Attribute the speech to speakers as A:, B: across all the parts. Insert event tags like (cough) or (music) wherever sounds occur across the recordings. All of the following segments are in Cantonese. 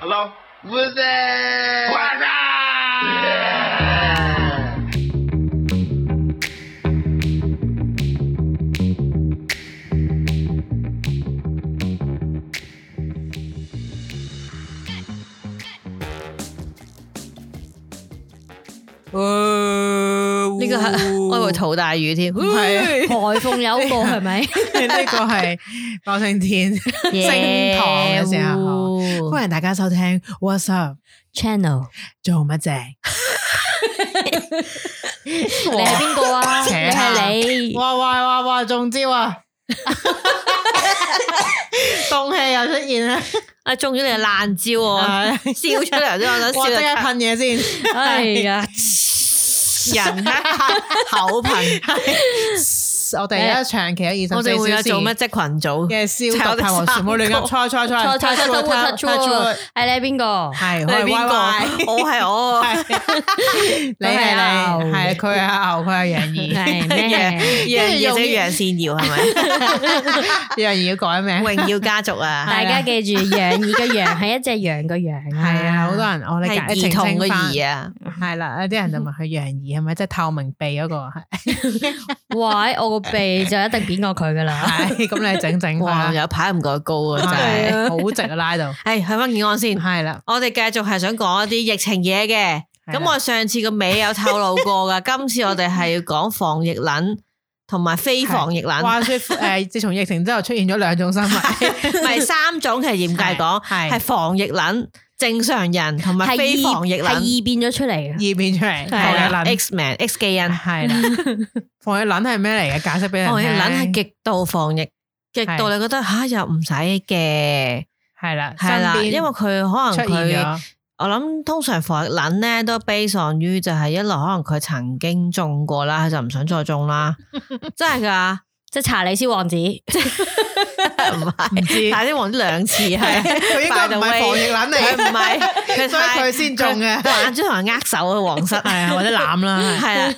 A: Hello?
B: What's that?
C: 呢呃
D: 呢個係我以為陶大宇添，啊
C: 係
D: 台哦風有報係咪？ (laughs)
C: 呢個係包青天升堂嘅時候，歡迎大家收聽 What's Up
D: channel，
C: 做乜啫？
D: 你係邊個啊？你
C: 扯下
D: 係你，
C: 哇哇哇哇中招
D: (laughs)
C: 啊！凍氣又出現啦，
D: 啊中咗你係爛招喎，
C: 係
D: 笑出嚟都我想
C: 哇！即刻
D: 笑
C: 噴嘢先，
D: 哎呀，
C: 人
D: (laughs)
C: 口噴，我哋而家長期喺二十四小時，
D: (laughs) 我哋會有做乜啫群組？
C: 嘅
D: (laughs)
C: 消毒太和船，唔好亂噏，猜猜猜，
D: 錯錯錯錯錯錯，係哎你係邊個？
C: 係我係 Y (laughs)
D: 你係邊
C: Y，
D: (laughs) 個？我係我，
C: 你係你，係佢係阿牛，佢係楊
B: (laughs)
C: 怡， (laughs)
D: 係咩？
C: 跟住
D: 楊
C: 用
D: 而且楊善瑤係咪？ (laughs)
C: 楊怡要改名。
D: 榮耀家族啊！
C: 係啦係啦
D: 大家家係啊係大家記住，羊耳嘅羊係一隻羊嘅羊啊！
B: à.
C: 係啊，好多人我哋
D: 係
C: 解
D: 兒童嘅兒
C: 啊，
D: 啊！
C: 係啦，有啲人就問佢楊怡係咪即係透明鼻嗰個？係
D: 喂，我個鼻就一定扁過佢噶啦！
C: 係咁你整整
D: 哇，
C: 佢，
D: 有排唔夠高啊！真啊係。
C: 係好直啊拉到，
D: 係去翻健康先，
C: 係啦，
D: 我哋繼續係想講一啲疫情嘢嘅。
C: 係啦
D: 咁我上次個尾有透露過噶， (laughs) 今次我哋係要講防疫撚同埋非防疫撚，
C: 話說誒，自從疫情之後出現咗兩種生物， (laughs)
D: 咪三種其實嚴格講
C: 係係
D: 係防疫撚、正常人同埋非防疫
B: 係
D: 撚，
B: 異變咗出嚟嘅。
C: 異變出嚟，E，
D: 係啊
C: 防疫
D: 啦
C: 卵
D: ，X man X 基因，
C: 係啦，防疫卵係咩嚟嘅？解釋俾人聽。
D: 防疫撚係極度防疫，極度
C: 係
D: 你覺得吓又唔使嘅，
C: 係啦，
D: 係啦，
C: 身邊
D: 因為佢可能
C: 出現
D: 佢。
C: 咗。
D: 我諗通常防疫撚咧都 base on 於就係一來可能佢曾經中過啦，佢就唔想再
C: (laughs)
D: 中啦，真係噶，
B: 即係查理斯王子，
C: 唔
D: 唔係，
C: 知
D: (laughs) 但係啲黃兩次係，
C: (laughs) 佢應該唔係防疫撚
D: 佢
C: 嚟，
D: 唔係，佢
C: 所以
D: 太
C: 佢先中嘅
D: 佢咗同人握手啊，皇室
C: 係啊，或者攬啦，
D: 係啦，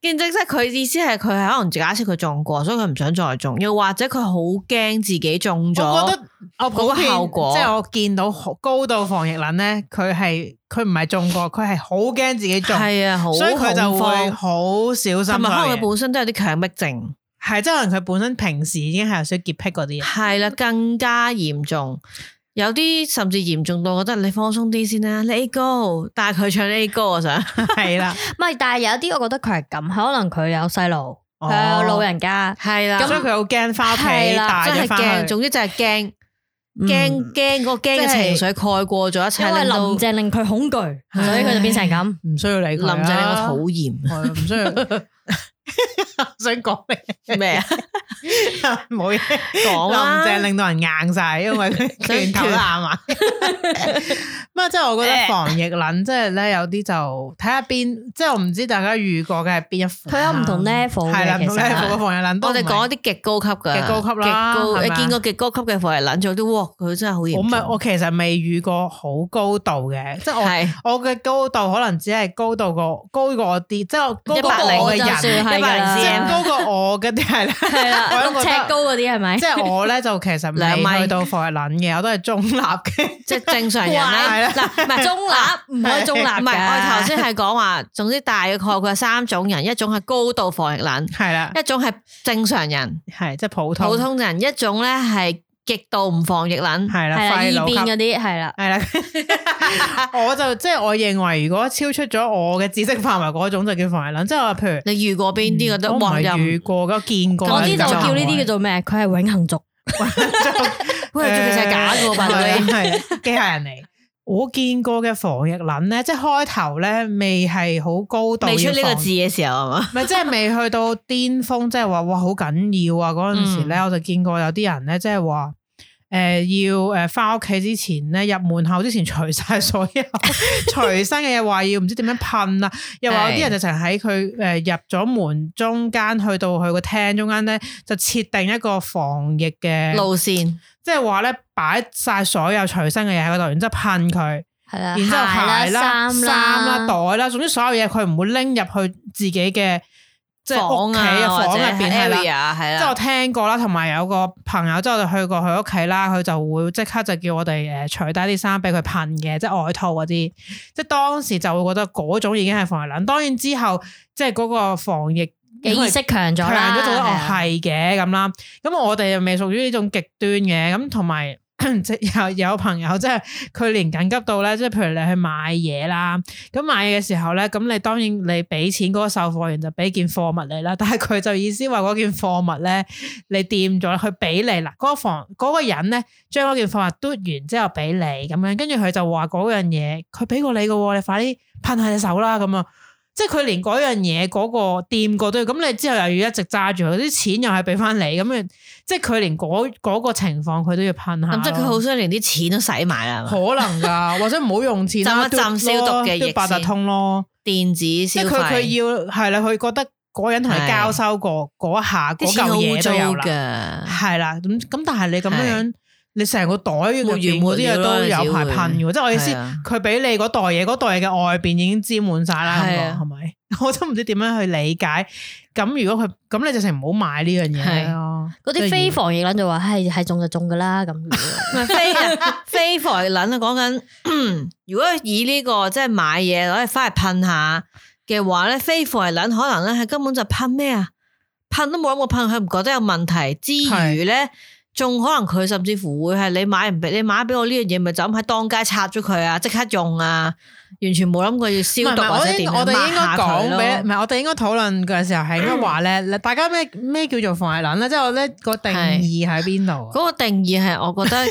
D: 見證即係佢意思係佢係可能假設佢中過，所以佢唔想再中，又或者佢好驚自己中咗，
C: 我覺得我普遍
D: 嗰個效果
C: 即係我見到好高度防疫撚咧，佢係佢唔係中過，佢係好驚自己中，
D: 係啊，好
C: 所以佢就
D: 恐
C: 會
D: 慌，
C: 好小心所
D: 同
C: 有
D: 埋可能
C: 嘢。
D: 佢本身都有啲強迫症。
C: 係即係可能佢本身平時已經係有少少潔癖嗰啲嘢，
D: 係啦，更加嚴重，有啲甚至嚴重到覺得你放鬆啲先啦，你 A 歌，但係佢唱 A 歌，我想
C: (laughs) 係啦，
B: 唔係，但係有啲我覺得佢係咁，可能佢有細路，佢有老人家，
D: 係啦，
C: 咁所以佢好驚翻屋企
B: 係啦
C: 帶
D: 真
C: 咗
D: 係驚，
C: 翻去，嗯
D: 總之就係驚驚驚嗰個驚嘅情緒蓋過咗一切，
B: 因為
D: 令
B: 林
D: 到
B: 鄭令佢恐懼，所以佢就變成咁。
C: 唔需要理佢
D: 林
C: 啦。
D: 鄭令我討厭
C: 係啊唔需要。想講咩？
D: 咩
C: (laughs)
D: 啊？
C: 冇嘢。
D: 講
C: 林
D: 啦，
C: 鄭啊令到人硬晒，因為
B: (laughs)
C: 佢拳頭啊啦嘛。咁啊，即係我覺得防疫撚，即係咧有啲就睇下邊，即係我唔知大家遇過嘅係邊一
B: 佢
C: 款啦。
B: 有唔同 level
C: 係啦，
B: 嘅，
C: 唔同
B: 其
C: level 嘅
B: 實
C: 防疫撚都唔
D: 我
C: 係。
D: 哋講一啲極高級㗎，
C: 極高級啦
D: 極高
C: 係
D: 你
C: 咪啊
D: 見過極高級嘅防疫撚咗啲，哇！佢真係好嚴重。
C: 我唔係，我其實未遇過好高度嘅，即係我
D: 係
C: 我嘅高度可能只係高度過高過我啲，即係我高過
D: 180
C: 我嘅
B: 就算
C: 人，
B: 係㗎啦
C: 即
B: (laughs)
C: 係高過我嘅啲係啦。
B: 係 (laughs) 啦，
C: 我
B: 六
C: 都覺
B: 尺
C: 得
B: 高嗰啲係咪
C: 即？係我咧就其實
D: 兩米
C: 未去到防疫撚嘅，我都係中立嘅。
D: 即係正常人咧，
C: 哇
D: 嗱，唔
B: (laughs)
D: 係
B: 中立唔
C: (laughs)
B: 可以中立
D: 唔係，我
B: 㗎
C: 啊
D: 哋頭先係講話，總之大概佢有三種人，一種係高度防疫撚，
C: 係啦，
D: 一種係正常人、
C: 係即係普通，
D: 普通人，一種咧係極度唔防疫撚。
C: 係啦，
B: 係啦，
C: 廢
B: 異
C: 老
B: 變
C: 級
B: 嗰啲係啦，
C: 係啦。
D: (laughs)
C: 我就即係我認為，如果超出咗我嘅知識範圍嗰種，就叫防疫撚。即係話譬如嗯
D: 你遇過邊啲覺得
C: 我唔
D: 哇又
C: 係
D: 唔
C: 遇過嘅，我見過嘅。
B: 我知道
C: 就
B: 叫呢啲叫
C: 係
B: 做咩，佢係永恆族，
D: 喂，其實係假嘅喎，
C: 係啊
D: 白女。
C: 係機械人嚟。我見過嘅防疫撚咧，即係開頭咧未係好高度，
D: 未出呢個字。嘅時候係嘛？
C: 唔係，即係未去到巔峰，即係話哇好緊要啊！嗰陣時咧，我就見過有啲人咧，即係話誒要誒翻屋企之前咧，入門口之前除晒所有 (laughs) 隨身嘅嘢，話要唔知點樣噴啊！又話有啲人就成喺佢誒入咗門中間，去到佢個廳中間咧，就設定一個防疫嘅，
D: 路線
C: 即係話咧擺晒所有隨身嘅嘢喺嗰度，然之後噴佢。
B: 係啦，
C: 然之後
B: 啊鞋
C: 鞋啦、
B: 啦、
C: 衫啦、袋啦，總之所有嘢佢唔會拎入去自己嘅即係屋企嘅
D: 房啊
C: 房
D: 或者
C: 入邊係啦
D: area 係
C: 即係我
D: 啦，
C: 聽過啦，同埋有個朋友，即係我哋去過佢屋企啦，佢就會即刻就叫我哋誒除低啲衫俾佢噴嘅，即係外套嗰啲。即係當時就會覺得嗰種已經係防疫冷。當然之後即係嗰個防疫
B: 嘅意識強咗啦，
C: 強咗，做得
B: 係
C: 哦
B: 啊
C: 係嘅咁啦。咁我哋又未屬於呢種極端嘅，咁同埋 (clears throat) 即係有有朋友即係佢連緊急到咧，即係譬如你去買嘢啦，咁買嘢嘅時候咧，咁你當然你俾錢嗰個售貨員就俾件貨物你啦，但係佢就意思話嗰件貨物咧，你掂咗佢俾你啦，嗰、個房嗰、個人咧將嗰件貨物嘟完之後俾你咁樣，跟住佢就話嗰樣嘢佢俾過你嘅喎，你快啲噴下隻手啦咁啊！即係佢連嗰樣嘢嗰個掂過都要，咁你之後又要一直揸住佢啲錢又係俾翻你，咁樣即係佢連嗰嗰個情況佢都要噴下咯。
D: 咁即係佢好想連啲錢都使埋啦，係嘛
C: 可能㗎，或者唔好用錢啦，
D: 浸一浸消毒嘅
C: 嘟
D: 液
C: 八達
D: 先
C: 通咯，
D: 電子
C: 即
D: 消
C: 係佢佢
D: 費，
C: 要係啦，佢覺得嗰人同你
D: 係
C: 交收過嗰下嗰
D: 啲錢
C: 嚿
D: 好污
C: 嘢
D: 糟
C: 都有啦，
D: 㗎。
C: 係啦，咁咁但係你咁樣樣，你成個袋入
D: 沒完
C: 邊嗰
D: 沒
C: 啲嘢
D: 了
C: 都
D: 啦你
C: 有
D: 只
C: 排
D: 會
C: 噴嘅，即係我意思
D: 係啊，
C: 佢俾你嗰袋嘢，嗰袋嘢嘅外邊已經沾滿晒啦，
D: 係
C: 咁
D: 啊
C: 講係咪？ (laughs) 我都唔知點樣去理解。咁如果佢咁，你就成唔好買呢樣嘢咯。
B: 嗰啲非防疫撚就話係係中就中噶啦咁樣，
D: 唔係 (laughs) 非非防疫撚啊！講緊 (clears throat) 如果以呢、個即係買嘢攞嚟翻嚟噴下嘅話咧，非防疫撚可能咧係根本就噴咩啊？噴都冇諗過噴，佢唔覺得有問題之餘咧，仲可能佢甚至乎會係你買唔俾你買俾我呢樣嘢，咪就咁喺當街拆咗佢啊，即刻用啊，完全冇諗過要消
C: 唔係唔
D: 毒
C: 係
D: 或
C: 我
D: 者點
C: 應
D: 樣
C: 我哋
D: 抹
C: 應該
D: 下佢
C: 講
D: 咯
C: 俾，唔係我哋應該討論嘅時候係應該話
D: (clears throat)
C: 咧，大家咩咩叫做防疫撚咧？即係我咧個定義喺邊度？啊
D: 嗰個定義係我覺 (laughs) 得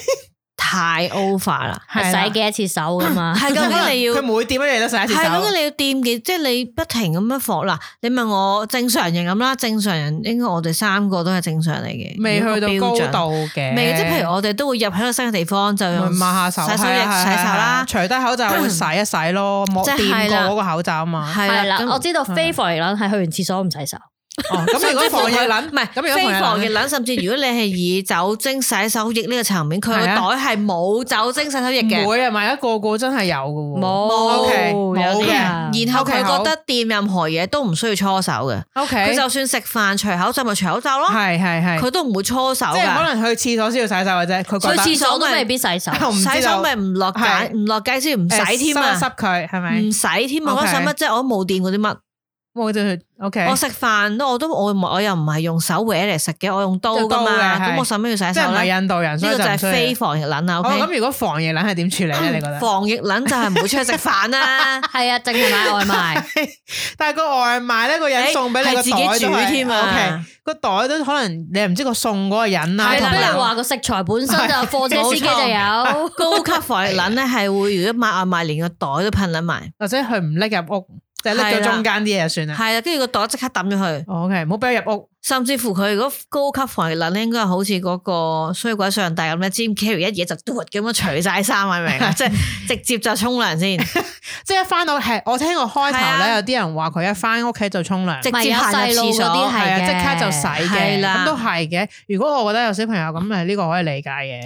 D: 太 over 啦，啊
C: 係啦
B: 洗幾多次手噶嘛，
D: 係究竟你要
C: 佢每點乜嘢都洗一次
D: 係咁，
C: 手，
D: 你要掂嘅，即係你不停咁樣放嗱。你問我正常人咁啦，正常人應該我哋三個都係正常嚟嘅，
C: 未去到
D: 如
C: 高
D: 果個標準。
C: 度嘅。
D: 未，即係譬如我哋都會入喺個新嘅地方就
C: 咪
D: 用
C: 抹下手，
D: 嗯洗手液
C: 係啊
D: 洗手啦，
C: 係啊除低口罩
D: (clears throat)
C: 會洗一洗咯，冇
D: 即係
C: 掂
D: 啦
C: 過嗰個口罩啊嘛。
D: 係
B: 係
D: 啦。
B: 啦，我
D: 咁
B: 知道非防疫撚係去完廁所唔洗手，
C: 哦，
D: (laughs)
C: 咁如果防疫撚
D: 唔係
C: 咁如果
D: 非
C: 防
D: 防
C: 疫
D: 疫
C: 撚
D: 撚，甚至如果你係以酒精洗手液呢個層面，佢個
C: 係啊
D: 袋係冇酒精洗手液嘅
C: 唔。會啊，萬一個個真係有嘅喎。OK，冇
B: 冇有啲啊，
D: 然後佢
C: OK，好
D: 覺得掂任何嘢都唔需要搓手嘅，
C: O K，
D: 佢就算食飯除口罩咪除口罩咯，
C: 係係係，
D: 佢都啊唔會搓手
C: 即係
D: 㗎。
C: 可能去廁所先要洗手嘅啫，佢
B: 去
C: 覺
B: 廁
C: 得
B: 所都未必洗手，。
C: 我唔知道
D: 洗手咪唔落解
C: 係
D: 唔落街先唔洗添
C: 誒
D: 啊！
C: 濕一濕佢係咪
D: 唔？使添啊！
C: OK
D: 我使乜啫？我都冇掂嗰啲乜，
C: 冇就 O K，
D: 我食飯都我都我唔我又唔係用手搲嚟食嘅，我用刀噶
C: 用刀
D: 嘛。
C: 嘅係
D: 咁我使乜要洗
C: 即係
D: 手
C: 唔
D: 咧？
C: 係印度人，
D: 呢
C: 所以
D: 個就
C: 係
D: 係非防疫撚啊
C: 哦，
D: ！OK，嗯
C: 咁如果防疫撚係點處理咧？你覺得？
D: (laughs) 防疫撚就係唔會出去食飯
C: (laughs)
D: 啦
B: 係啊，淨係買外 (laughs) 賣，
C: 但係個外賣咧，個人送俾你
D: 係
C: 個
D: 自
C: 袋
D: 己
C: 都係
D: 煮添
C: OK，
D: 啊
C: 個袋都可能你唔知個送嗰個人啦，
B: 係
C: 同
B: 啦，不
C: 埋
B: 如話個食材本身就貨車司機就有，
D: 高級防疫撚咧係會，如果買外賣連個袋都噴
C: (laughs)
D: 撚埋，
C: 或者佢唔拎入屋，就係拎
D: 係
C: 咗
D: 啦
C: 中間啲嘢就算啦。哦
D: 係啊，跟住個袋即刻抌咗佢。
C: O K，唔好俾佢入屋。
D: 甚至乎佢如果高級防疫撚咧，應該係好似嗰個衰鬼上帝咁咧，Jim Carrey 一嘢就嘟咁樣除晒衫啊，明唔明啊？即係直接就沖涼先，
C: 即係一翻到係，我聽過開
D: 係
C: 頭咧，
D: 啊
C: 有啲人話佢一翻屋企就沖涼，
D: 直
B: 咪
D: 接
B: 有
D: 行入
B: 細
D: 廁
B: 路
D: 所
B: 嗰啲係
C: 係啊，
B: 嘅
C: 即刻就洗嘅，
D: 係啦
C: 咁都係嘅。如果我覺得有小朋友咁，誒呢個可以理解嘅。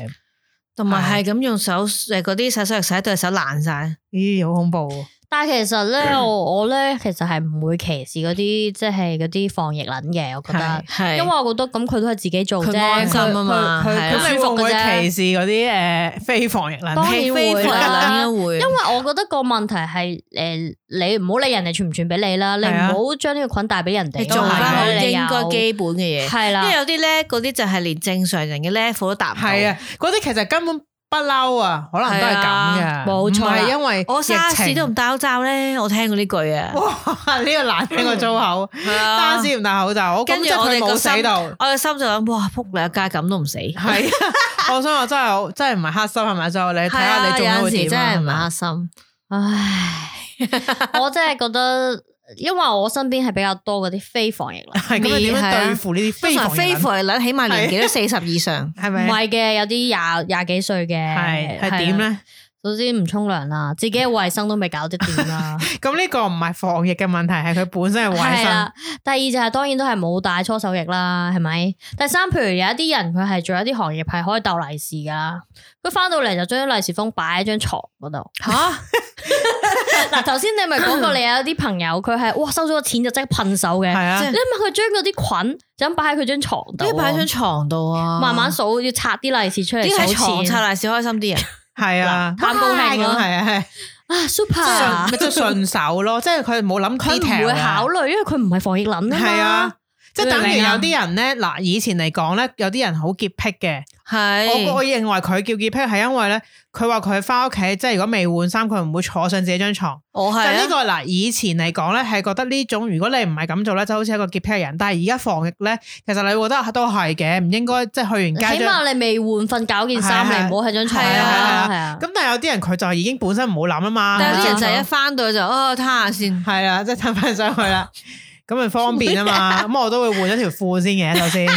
D: 同埋係咁用手誒嗰啲洗手液洗到隻手爛晒。
C: 咦，好恐怖喎！
B: 但係其實咧，我我咧其實係唔會歧視嗰啲即係嗰啲防疫撚嘅，我覺得，
D: 係
B: 因為我覺得咁佢都係自己做啫，
D: 佢安心啊
B: 佢
D: 嘛
B: 佢
D: 係啊
B: 佢
D: 咁
B: 佢
C: 你會唔
B: 舒服嘅
C: 會歧
B: 啫。
C: 視嗰啲誒非防疫能
B: 當
C: 力？
B: 然
D: 非
B: 會啦
D: 應該會，
B: 因為我覺得個問題係誒、你唔好理人哋傳唔傳俾你啦，你
C: 係啊
B: 唔好將呢個菌帶俾人哋，
D: 你做翻好
C: 係
B: 你有
D: 應該基本嘅嘢。
B: 係
D: 因為
B: 啦，
D: 有啲咧，嗰啲就係連正常人嘅 level 都達唔到。
C: 係啊，嗰啲其實根本不嬲啊，可能都係咁
D: 係
C: 嘅，
D: 啊
B: 冇錯
C: 唔
B: 啦
C: 係因為
D: 我沙士
C: 疫情
D: 都唔戴口罩咧，我聽過呢句啊。
C: 哇！ (laughs) 呢個難聽
D: (laughs)
C: 過粗口，沙士唔戴口罩，我
D: 跟住
C: 咁即係
D: 我
C: 佢
D: 哋
C: 冇
D: 個
C: 死
D: 心，
C: 到。
D: 我嘅心就諗：哇，撲你一街咁都唔死。
C: 系啊， (laughs) 我想話真係真係唔係黑心係咪？就你睇下你
D: 係
C: 仲
D: 啊有
C: 會
D: 陣時
C: 點
D: 真係唔
C: 啊
D: 係黑心。
C: (laughs)
B: 唉，我真係覺得，因為我身邊係比較多嗰啲非防疫啦，
C: 係咪？係咁你點
D: 係
C: 樣
D: 啊
C: 對付呢啲
D: 通
C: 非
D: 常
C: 防疫
D: 非
C: 人？
D: 防疫率起碼年紀都四十以上。
C: (laughs) 係
B: 唔
C: 咪？
B: 係嘅，有啲廿廿幾歲嘅，
C: 係係
B: 啊
C: 點？咧？
B: 總之唔沖涼啦，自己嘅衞生都未搞得掂
C: (laughs)
B: 啦。
C: 咁呢個唔係防疫嘅問題，係佢本身嘅衞
B: 係啊
C: 生
B: 啦。第二就係當然都係冇戴搓手液啦，係咪？第三，譬如有一啲人佢係做一啲行業係可以鬥
C: (laughs)
B: 利是噶，佢翻到嚟就將啲利是封擺喺張床嗰度，
D: 吓，
B: 嗱，頭先你咪講過你有啲朋友，佢係哇收咗錢就即刻噴手嘅，
C: 係啊
B: 你諗下佢將嗰啲菌就咁擺喺佢張床度
D: 都
B: 啊，
D: 要擺喺張床度
C: 哦
D: 啊，
B: 慢慢數，要拆啲利是出嚟
D: 啲喺
B: 數
D: 床
B: 錢
D: 刷利是開心啲啊，
C: 係啊，
B: 貪高興咯
C: 咁係啊係，
B: 啊
C: 順
B: ，super，
C: 咪即係順手咯，即係佢冇諗
B: 佢唔
C: detail
B: 會
C: 啊
B: 考慮，因為佢唔係防疫撚啊
C: 係啊
B: 嘛。，
C: 即係等於
B: 你明
C: 有
B: 啊
C: 啲人咧，嗱以前嚟講咧，有啲人好潔癖嘅。
D: 哎
C: 我我
D: 係
C: 認為佢叫潔癖係因為咧，佢話佢翻屋企，即係如果未換衫，佢唔會坐上自己張床。
D: 我
C: 就
D: 係
C: 呢
D: 啊，
C: 個嗱，以前嚟講咧係覺得呢種，如果你唔係咁做咧，就好似一個潔癖嘅人。但係而家防疫咧，其實你會覺得都係嘅，唔應該即係去完街
B: 起
C: 張
B: 碼你未換瞓覺件衫，
C: 係啊
B: 你唔好喺張床
D: 係
B: 啦，
D: 啊
B: 係啊。
C: 咁但係有啲人佢就已經本身唔好諗啊嘛，
D: 但係有啲人就
B: 係
D: 一翻到就哦，攤下先，
C: 係啊啦，即係褪翻上去啦，咁咪方便啊嘛。咁我都會換一條褲先嘅，首
D: 啊
C: 先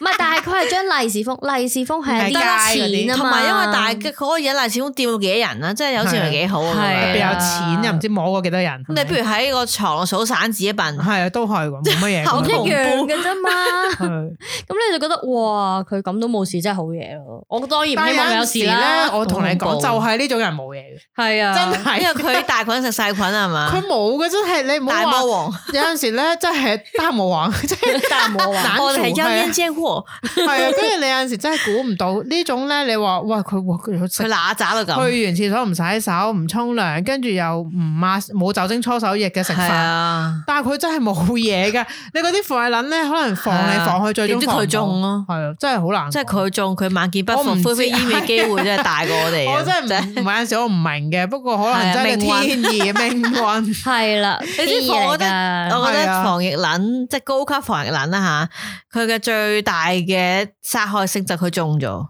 B: 唔係，但係佢係將利是封，利是封係一
C: 係街嗰
B: 啲
C: 啲
B: 錢啊
D: 同
B: 嘛。
D: 埋因為大嘅嗰個嘢利是封吊到幾多人啊，真係有錢又幾好啊，
B: 係
D: 咁
C: 比
D: 樣
C: 較淺又唔知摸過幾多人。
D: 咁你不如喺個床度數散紙一笨，
C: 係啊，都係喎冇乜嘢
D: 好
C: 咁
B: 一
D: 恐怖
C: 樣。
B: 樣嘅啫
C: (laughs)
B: 嘛。
C: 係
B: 咁你就覺得哇，佢咁都冇事，真係好嘢咯。我當然唔希
C: 但
B: 望有事
C: 係有陣時
B: 啦。
C: 咧，我同你
D: 好
C: 講，
D: 恐怖
C: 就係呢種人冇嘢嘅，
B: 係啊，
C: 真
D: 因
C: (laughs) 係
D: 為佢大菌食細菌啊係
C: 佢
D: 嘛，
C: 冇嘅，真係你唔
D: 大
C: 好話
D: 魔。王，
C: 有陣時咧，真係大魔
D: (laughs)
C: 王，真
B: (laughs)
C: 係大魔王，
D: 我哋係陰
C: 係
D: 陰
C: 啊
D: 精禍，
C: 係啊，跟住你有陣時真係估唔到呢種咧，你話哇佢哇佢食
D: 佢乸渣到
C: 去
D: 咁，
C: 完廁所唔洗手唔沖涼，跟住又唔抹冇酒精搓手液嘅食
D: 係
C: 法。
D: 啊。
C: 但係佢真係冇嘢噶，你嗰啲防疫撚咧，可能防
D: 係
C: 你
D: 啊
C: 防去最
D: 點
C: 終
D: 知
C: 防唔
D: 佢
C: 到
D: 中咯
C: 係啊，真係好難講。
D: 即係佢中佢萬劫不
C: 我唔
D: 復，
C: 知啊
D: 灰飛煙嘅機會真係大過我哋
C: (laughs)
D: 啊。
C: 我真係唔唔係有陣時我唔明嘅，不過可能真係
D: 係啊命
C: 天意命
D: (laughs)
C: 運。
B: 係啦，
D: 你知
B: 天意嚟
D: 我覺
B: 㗎
D: 得，我覺
C: 係
D: 得
C: 啊
D: 防疫撚即係高級防疫撚啦吓，佢嘅最大嘅殺害性就係佢中咗。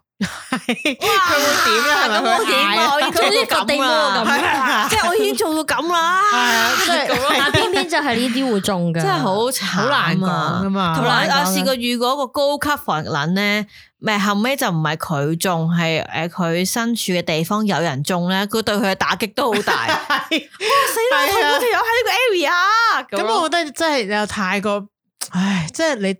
C: 佢會點 (laughs) 咧？係咪
D: 咁我
C: 佢
D: 點
C: 嗌
D: 啊？
C: 啊？
D: 我已經做到咁啦，
C: 係啊
D: 即係我已經做到
C: 係啊，即係
B: (laughs)
D: 咁啦，
B: 但偏偏就係呢啲會中嘅，
D: 真係好慘
C: 好難講
D: 啊
C: 噶嘛
D: 同埋我
B: 好難
D: 我
B: 講㗎
D: 試過遇過一個高級防疫撚咧，咪後尾就唔係佢中，係誒佢身處嘅地方有人中咧，佢對佢嘅打擊都好大。哇死啦！
C: 係啊
D: 同嗰條友喺呢個 area 啊
C: 咁
D: 咯
C: 我覺得真係又太過，唉，即係你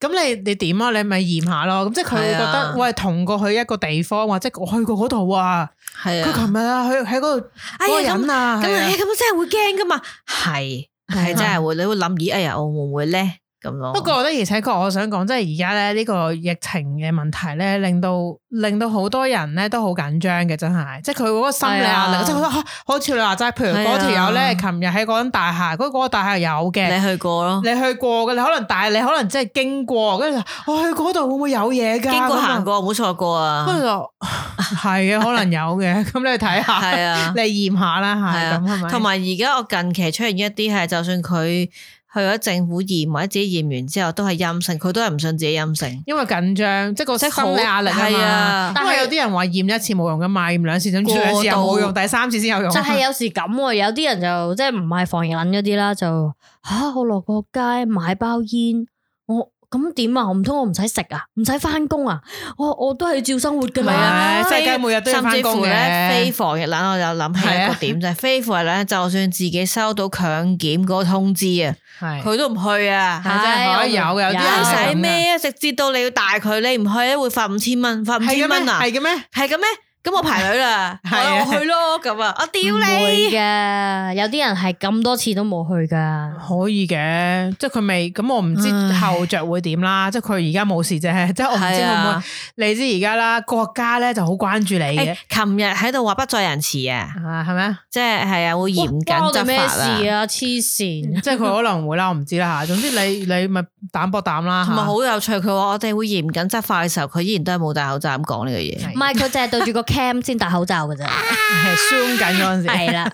C: 咁你你點啊？你咪驗下咯。咁即係佢會覺
D: 係啊
C: 得，喂，同過去一個地方，或者我去過嗰度啊。
D: 係
C: 佢
D: 啊。
C: 琴日啊，去喺嗰度
D: 哎
C: 嗰個
D: 呀咁
C: 人啊，
D: 咁
C: 係啊
D: 你咁真係會驚噶嘛？ (laughs) 係係真係會，你會諗咦？哎呀，我會唔會咧咁咯？
C: 不過我覺得而且確，我想講，即係而家咧呢個疫情嘅問題咧，令到令到好多人咧都好緊張嘅，真係，即係佢嗰個心理壓
B: 係啊
C: 力，即係覺得啊好似你話齋，譬如
D: 係啊
C: 嗰條友咧，琴日喺嗰間大廈，嗰嗰個大廈有嘅。
D: 你去過咯，
C: 你去過嘅，你可能但係你可能即係經過，跟住就我去嗰度會唔會有嘢㗎？
D: 經過行
C: 過，
D: 過，唔好錯過
C: 跟住
D: 啊！ (laughs)
C: 就係嘅，啊可能有嘅，咁你去睇下，
D: 係啊
C: (laughs) 你驗下啦，
D: 係
C: 係
D: 啊
C: 咁係咪？
D: 同埋而家我近期出現一啲係，就算佢去咗政府驗或者自己驗完之後都係陰性，佢都係唔信自己陰性，
C: 因為緊張，即係個
D: 即係好
C: 心理壓力啊
D: 係
C: 嘛。
D: 啊
B: 但
C: 因為
B: 係
C: 有啲人話驗一次冇用噶嘛，驗兩次咁，
D: 過
C: 驗兩次又冇用，啊
D: 度
C: 第三次先有用。
B: 就係有時咁喎，有啲人就即係唔係防疫撚嗰啲啦，就吓、我落個街買包煙，我咁點啊？我唔通我唔使食啊？唔使翻工啊？我我都係照生活㗎
C: 係啊
B: 啦。
C: 世界末日都要
D: 甚
C: 返
D: 至
C: 工
D: 乎咧，非
C: 嘅。
D: 防疫冷我就諗起一
C: 係
D: 個
C: 啊
D: 點就係非防疫冷，就算自己收到強檢嗰個通知啊，
C: (laughs) 係
D: 佢都唔去啊。
C: 係真係可以有嘅，有啲人
B: 係
C: 係咁
D: 使
C: 嘅？
D: 咩啊？直至到你要大佢，你唔去咧會罰五千蚊，罰五
C: 係
D: 千
C: 嘅
D: 蚊
C: 咩？
D: 啊
C: 係，嘅咩？
D: 係咁咩？咁我排隊啦，
C: (laughs) 係啊
D: 我我去咯，咁啊，我
B: 唔
D: 屌
B: 會
D: 你！
B: 嘅，有啲人係咁多次都冇去噶。
C: 可以嘅，即係佢未咁，我唔知
D: 唉
C: 後着會點啦。即係佢而家冇事啫， (laughs) 即係我唔
D: 係
C: 知會唔
D: 啊
C: 會。你知而家啦，國家咧就好關注你嘅
D: 誒，，琴日喺度話不在人詞啊，
C: 啊係咪？
D: 即係係啊，會嚴
B: 關
D: 謹
B: 我哋
D: 執
B: 咩
D: 法
B: 事
D: 啊。
B: 啊？黐線！
C: 即係佢可能會啦，我唔知
D: (laughs)
C: 啦吓。總之你你咪膽搏膽啦
D: 同
C: 嚇
D: 埋好有趣，佢話我哋會嚴謹執法嘅時候，佢依然都係冇戴口罩咁講呢個嘢。
B: 唔係佢淨係對住個 cam 先戴口罩嘅啫，
C: 係 zoom 緊嗰陣時，
B: 係啦，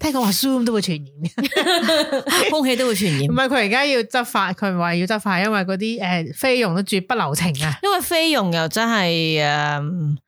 C: 聽講話 zoom 都會傳染。
D: (laughs) 空氣都會傳
C: 唔
D: 染。
C: 係佢而家要執法，佢話要執法，因為嗰啲誒菲佣都絕不留情啊，
D: 因為菲佣又真係诶，嗯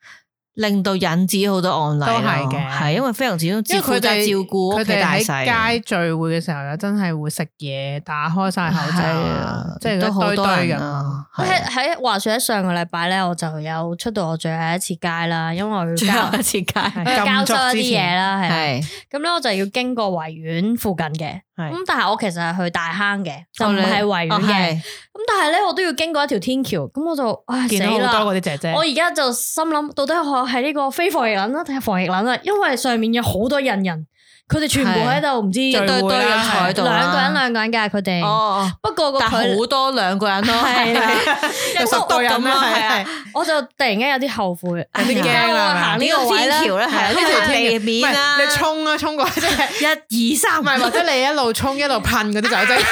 D: 令到引致好多案例咯
C: 都係嘅
D: 係因為菲佣始終
C: 因為
D: 照
C: 佢哋
D: 顧照
C: 佢
D: 顧屋企
C: 哋
D: 大
C: 喺
D: 細，
C: 街聚會嘅時候又真係會食嘢，打開晒口罩
D: 係
C: 啊
D: 啊，，
C: 即係
D: 都好
C: 一堆
D: 多
C: 堆
D: 人
C: 咁。
D: 啊。係啊
B: 喺喺話說喺上個禮拜咧，我就有出到我最後一次街啦，因為我要
D: 最
B: 交
D: 後一次街，
C: 係
B: 交收一
C: 禁足之
B: 啲嘢
C: 前
B: 啦，係啊。
D: 係
B: 咁咧我就要經過維園附近嘅，
C: 係
B: 咁但係我其實係去大坑嘅，就
D: 哦
B: 唔
D: 你
B: 係維園
D: 哦
B: 嘅。
D: 係
B: 咁但係咧我都要經過一條天橋，咁我就唉死
D: 啊
C: 見到好
B: 啦！
C: 多嗰啲姐姐
B: 我，而家就心諗，到底我係呢個非防疫撚啦，定係防疫撚啦？因為上面有好多印人，佢哋全部喺度唔知
D: 一堆堆人坐喺度啦
B: 兩個人兩個人㗎，佢哋。
D: 哦，
B: 不過個
D: 但
B: 距
D: 好多兩個人咯，
B: 係啦，
C: 有十個人啦，
D: 係
C: 係
D: 啊
C: 係
B: 我就突然間有啲後悔，
C: 有啲驚啦
B: 哎呀
D: 呢個天橋咧係呢條地
C: 唔
D: 面啦，
C: 係你衝啊衝過去，即係
D: 一二
C: (laughs)
D: 三
C: 唔係或者你一路衝一路噴嗰啲
D: 啊
C: 酒精，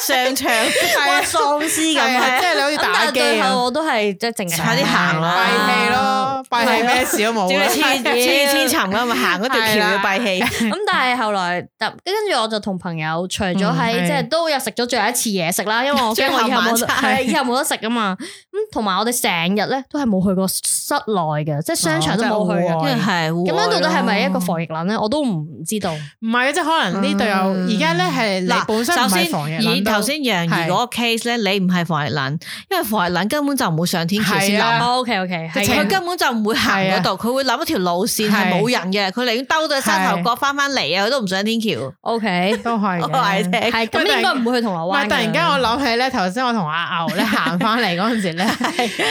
D: 上場，
C: 係啊
D: 哇喪屍
C: 係啊，即係你好似
B: 咁
C: 打
B: 但係
C: 機
B: 最後
C: 咁，
B: 我都係即係淨係
D: 快啲行啦
C: 閉氣
D: 啊
C: 咯，閉氣咩事都冇啊
D: 屌你
C: 啦
D: 黐黐。黐沉咁咪行嗰條橋要閉氣，
B: (laughs) 咁但係後來，但跟住我就同朋友除咗
C: 嗯
B: 喺
C: 係
B: 即係都有食咗最後一次嘢食啦，因
C: (laughs)
B: 為我
D: 最
B: 驚
D: 後
B: 我以後冇得
D: 晚餐
B: (laughs) 係以後冇得食啊嘛。咁同埋我哋成日咧都係冇去過室內嘅，即係商場都冇去
C: 哦
B: 嘅。
D: 因為係
B: 咁樣到底係咪一個
D: 房？
B: 防疫撚咧？我都唔知道。
C: 唔係啊，即係可能呢度
D: 嗯
C: 有而家咧係你本身唔
D: 首
C: 係
D: 先
C: 防疫
D: 以
C: 撚都
D: 頭先楊怡嗰個 case 咧，你唔係防疫撚，因為防疫撚根本就唔會上天橋先
C: 係啊
D: 諗。
B: O K O K，
C: 直情
D: 佢根本就唔會行嗰度，佢會諗一條路線係冇人嘅，佢寧願兜到山頭角翻翻嚟啊，佢都唔上天橋。
B: O K，
C: 都係
D: 我話
C: 嘅
D: 你聽，
B: 係咁應該唔會去銅鑼
C: 唔係，
B: 灣。
C: 突然間我諗起咧，頭先我同阿牛咧
D: (laughs)
C: 行翻嚟嗰陣時咧，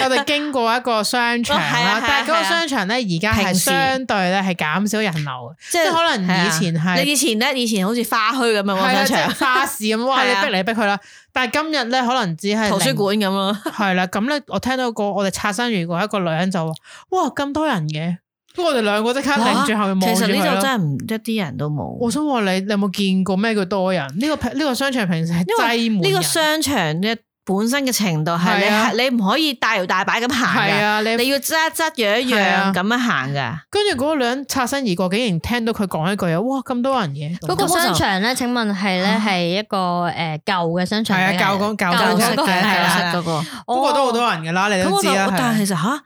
C: 我哋經過一個商場
D: 哦係啊係
C: 啦
D: 啊，
C: 但係嗰
D: 係
C: 個
D: 啊
C: 商場咧而家係
D: 平時
C: 相對咧係減少人流嘅，
D: 即
C: 即係可能以前
D: 係啊
C: 係
D: 你以前咧，以前好似花墟咁樣
C: 係
D: 喎
C: 啦，
D: 商
C: 即
D: 場
C: 係、花市咁，哇！
D: 係
C: 你
D: 啊
C: 逼嚟逼去啦，但係今日咧可能只係
D: 圖書
C: 零
D: 館咁咯。
C: 係啦，咁咧我聽到個我哋擦身如果一個女人就話：哇咁多人嘅，不過我哋兩個即刻擰轉後面
D: 其
C: 望住
D: 實呢
C: 佢
D: 度
C: 咯。
D: 真係唔一啲人都冇
C: 我。想話你，你有冇見過咩叫多人？呢、
D: (laughs)
C: 個呢、個商場平時係
D: 因為
C: 擠滿
D: 呢個
C: 人
D: 商場嘅本身嘅程度係你
C: 係啊
D: 係你唔可以大搖大擺咁行
C: 係
D: 嘅，
C: 啊，你
D: 你要側側樣一
C: 係
D: 樣
C: 啊
D: 咁樣行嘅。
C: 跟住嗰個女人擦身而過，竟然聽到佢講一句啊！哇咁多人
D: (laughs)
C: 嘅，
B: 嗰個商場咧，請問係咧係一個誒舊嘅商場
C: 啊係啊
B: 定係
C: 舊嗰舊
B: 舊
C: 舊
D: 舊
C: 式
D: 式
B: 嗰個
D: 嘅
C: 嘅
B: 係
D: 係
C: 係
B: 啦
C: 啦。
D: 啦，嗰個。
C: 不過都好
B: 哦
C: 多人㗎啦，你
D: 咁
C: 都
D: 我
C: 知
D: 就
C: 啦。
D: 但係
C: 係
D: 其實吓，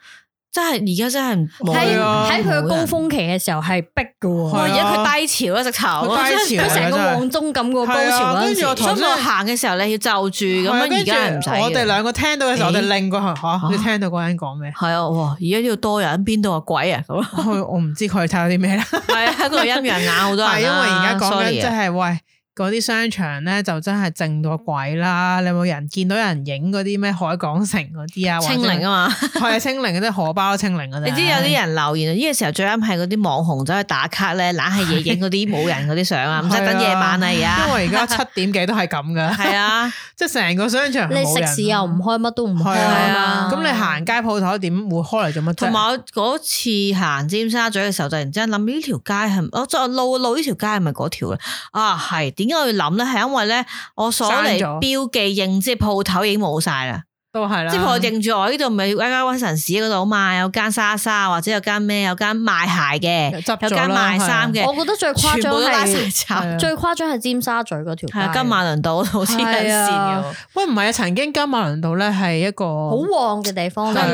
D: 真係而家真係冇
B: 喺
C: 係啊
B: 喺佢嘅高。峰期嘅時候係逼嘅
C: 係啊
B: 喎，
D: 而家佢低潮啦，直頭
C: 佢低潮啊
B: 佢成個旺中咁個高潮嗰陣時
C: 係啊跟住我
D: 所
C: 同
D: 以我行嘅時候你要就住咁
C: 啊
D: 樣，而
C: 跟住
D: 家係唔使嘅
C: 我哋兩個聽到嘅時候，我哋擰過去嚇，
D: 嚇
C: 你聽到嗰個人講咩？
D: 係啊，哇！而家呢度多人，邊度啊鬼啊咁啊，
C: 我我唔知佢睇到啲咩啦。
D: (laughs) 係啊，嗰度陰陽眼好多
C: (laughs)
D: 人啊
C: 但係因為而家講緊即
D: 係
C: 係喂。嗰啲商場咧就真係靜到鬼啦！你有冇人見到有人影嗰啲咩海港城嗰啲啊？
D: 清零
C: 啊，
D: 啊嘛。
C: 係啊清零嗰啲荷包清零嗰啲。啊
D: (laughs) 你知有啲人留言啊，呢個時候最啱係嗰啲網紅走去打卡咧，懶係夜影嗰啲冇人嗰啲相啊，唔使等夜晚啦而
C: 因
D: 家。
C: 為而
D: (laughs)
C: 家七點幾都係咁噶，
D: 係 (laughs) 啊，
C: 即係成個商場係
B: 你
C: 冇人啊
B: 食肆又唔開，乜都唔開
C: 係
D: 啊
B: 嘛
C: 咁你行街鋪頭點會開嚟做乜
D: 同
C: 啫？
D: 埋我嗰次行尖沙咀嘅時候，突然之間諗呢條街係，我再路路呢條街係咪嗰條咧？啊，係點解我要諗咧？係因為咧，我所嚟
C: 刪咗
D: 標記認知嘅鋪頭已經冇晒啦，
C: 都係啦，
D: 即係我認住我呢度咪 Y Y 屈臣氏嗰度嘛，有間莎莎或者有間咩，有間賣鞋嘅，
C: 執
D: 有
C: 咗啦啊
D: 間賣衫嘅，
B: 我覺得最誇
D: 全
B: 張
D: 部都拉晒
B: 係
D: 閘。
C: 係啊
B: 最誇張係尖沙咀嗰條
D: 係啊，
B: 街，
D: 金馬倫道好似有
B: 係
D: 線
B: 啊
D: 嘅，
C: 喂唔係啊，曾經金馬倫道咧係一個
B: 好旺嘅地方嚟
D: 哦係啊
C: 係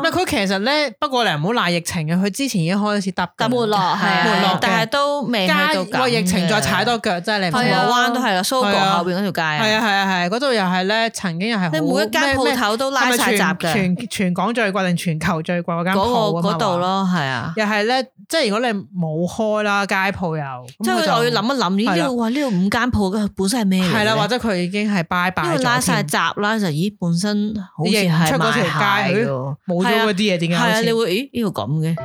B: 嘅，
C: 唔係佢其實咧，不過你唔好賴疫情嘅，啊佢之前已經開始搭緊
B: 但沒落係
D: 係
B: 啊
C: 沒落
D: 啊
C: 嘅，
D: 但係都未去
C: 加
D: 到咁
C: 喂疫情再踩多腳，真係你唔
D: 銅
B: 係
D: 鑼
B: 啊
C: 好。
D: 灣都係啦，Sogo
C: 係啊
D: 後邊嗰條街
C: 係啊
D: 啊，
C: 係啊係啊，嗰度又係咧，曾經又係
D: 你每一間鋪頭都
C: 都
D: 拉晒閘嘅。
C: 全全全港最貴定全球最貴嗰間
D: 嗰
C: 鋪
D: 個
C: 啊嘛
D: 嗰度，咯，係啊。
C: 又係咧，即係如果你冇開啦，街鋪又
D: 即係
C: 咁佢就
D: 我要諗一諗，咦
C: 係
D: 呢
C: 啦
D: 度哇呢度五間鋪嘅本身係咩嚟嘅
C: 係
D: 咧？
C: 啦，或者佢已經係拜拜
D: 因為
C: 咗
D: 拉晒
C: 添
D: 閘啦，就咦本身好似
C: 認唔
D: 係
C: 出嗰條
D: 賣
C: 街咦
D: 鞋嘅，
C: 冇咗嗰啲嘢，點解
D: 係
C: 好
D: 啊，
C: 似
D: 你會咦呢度咁嘅？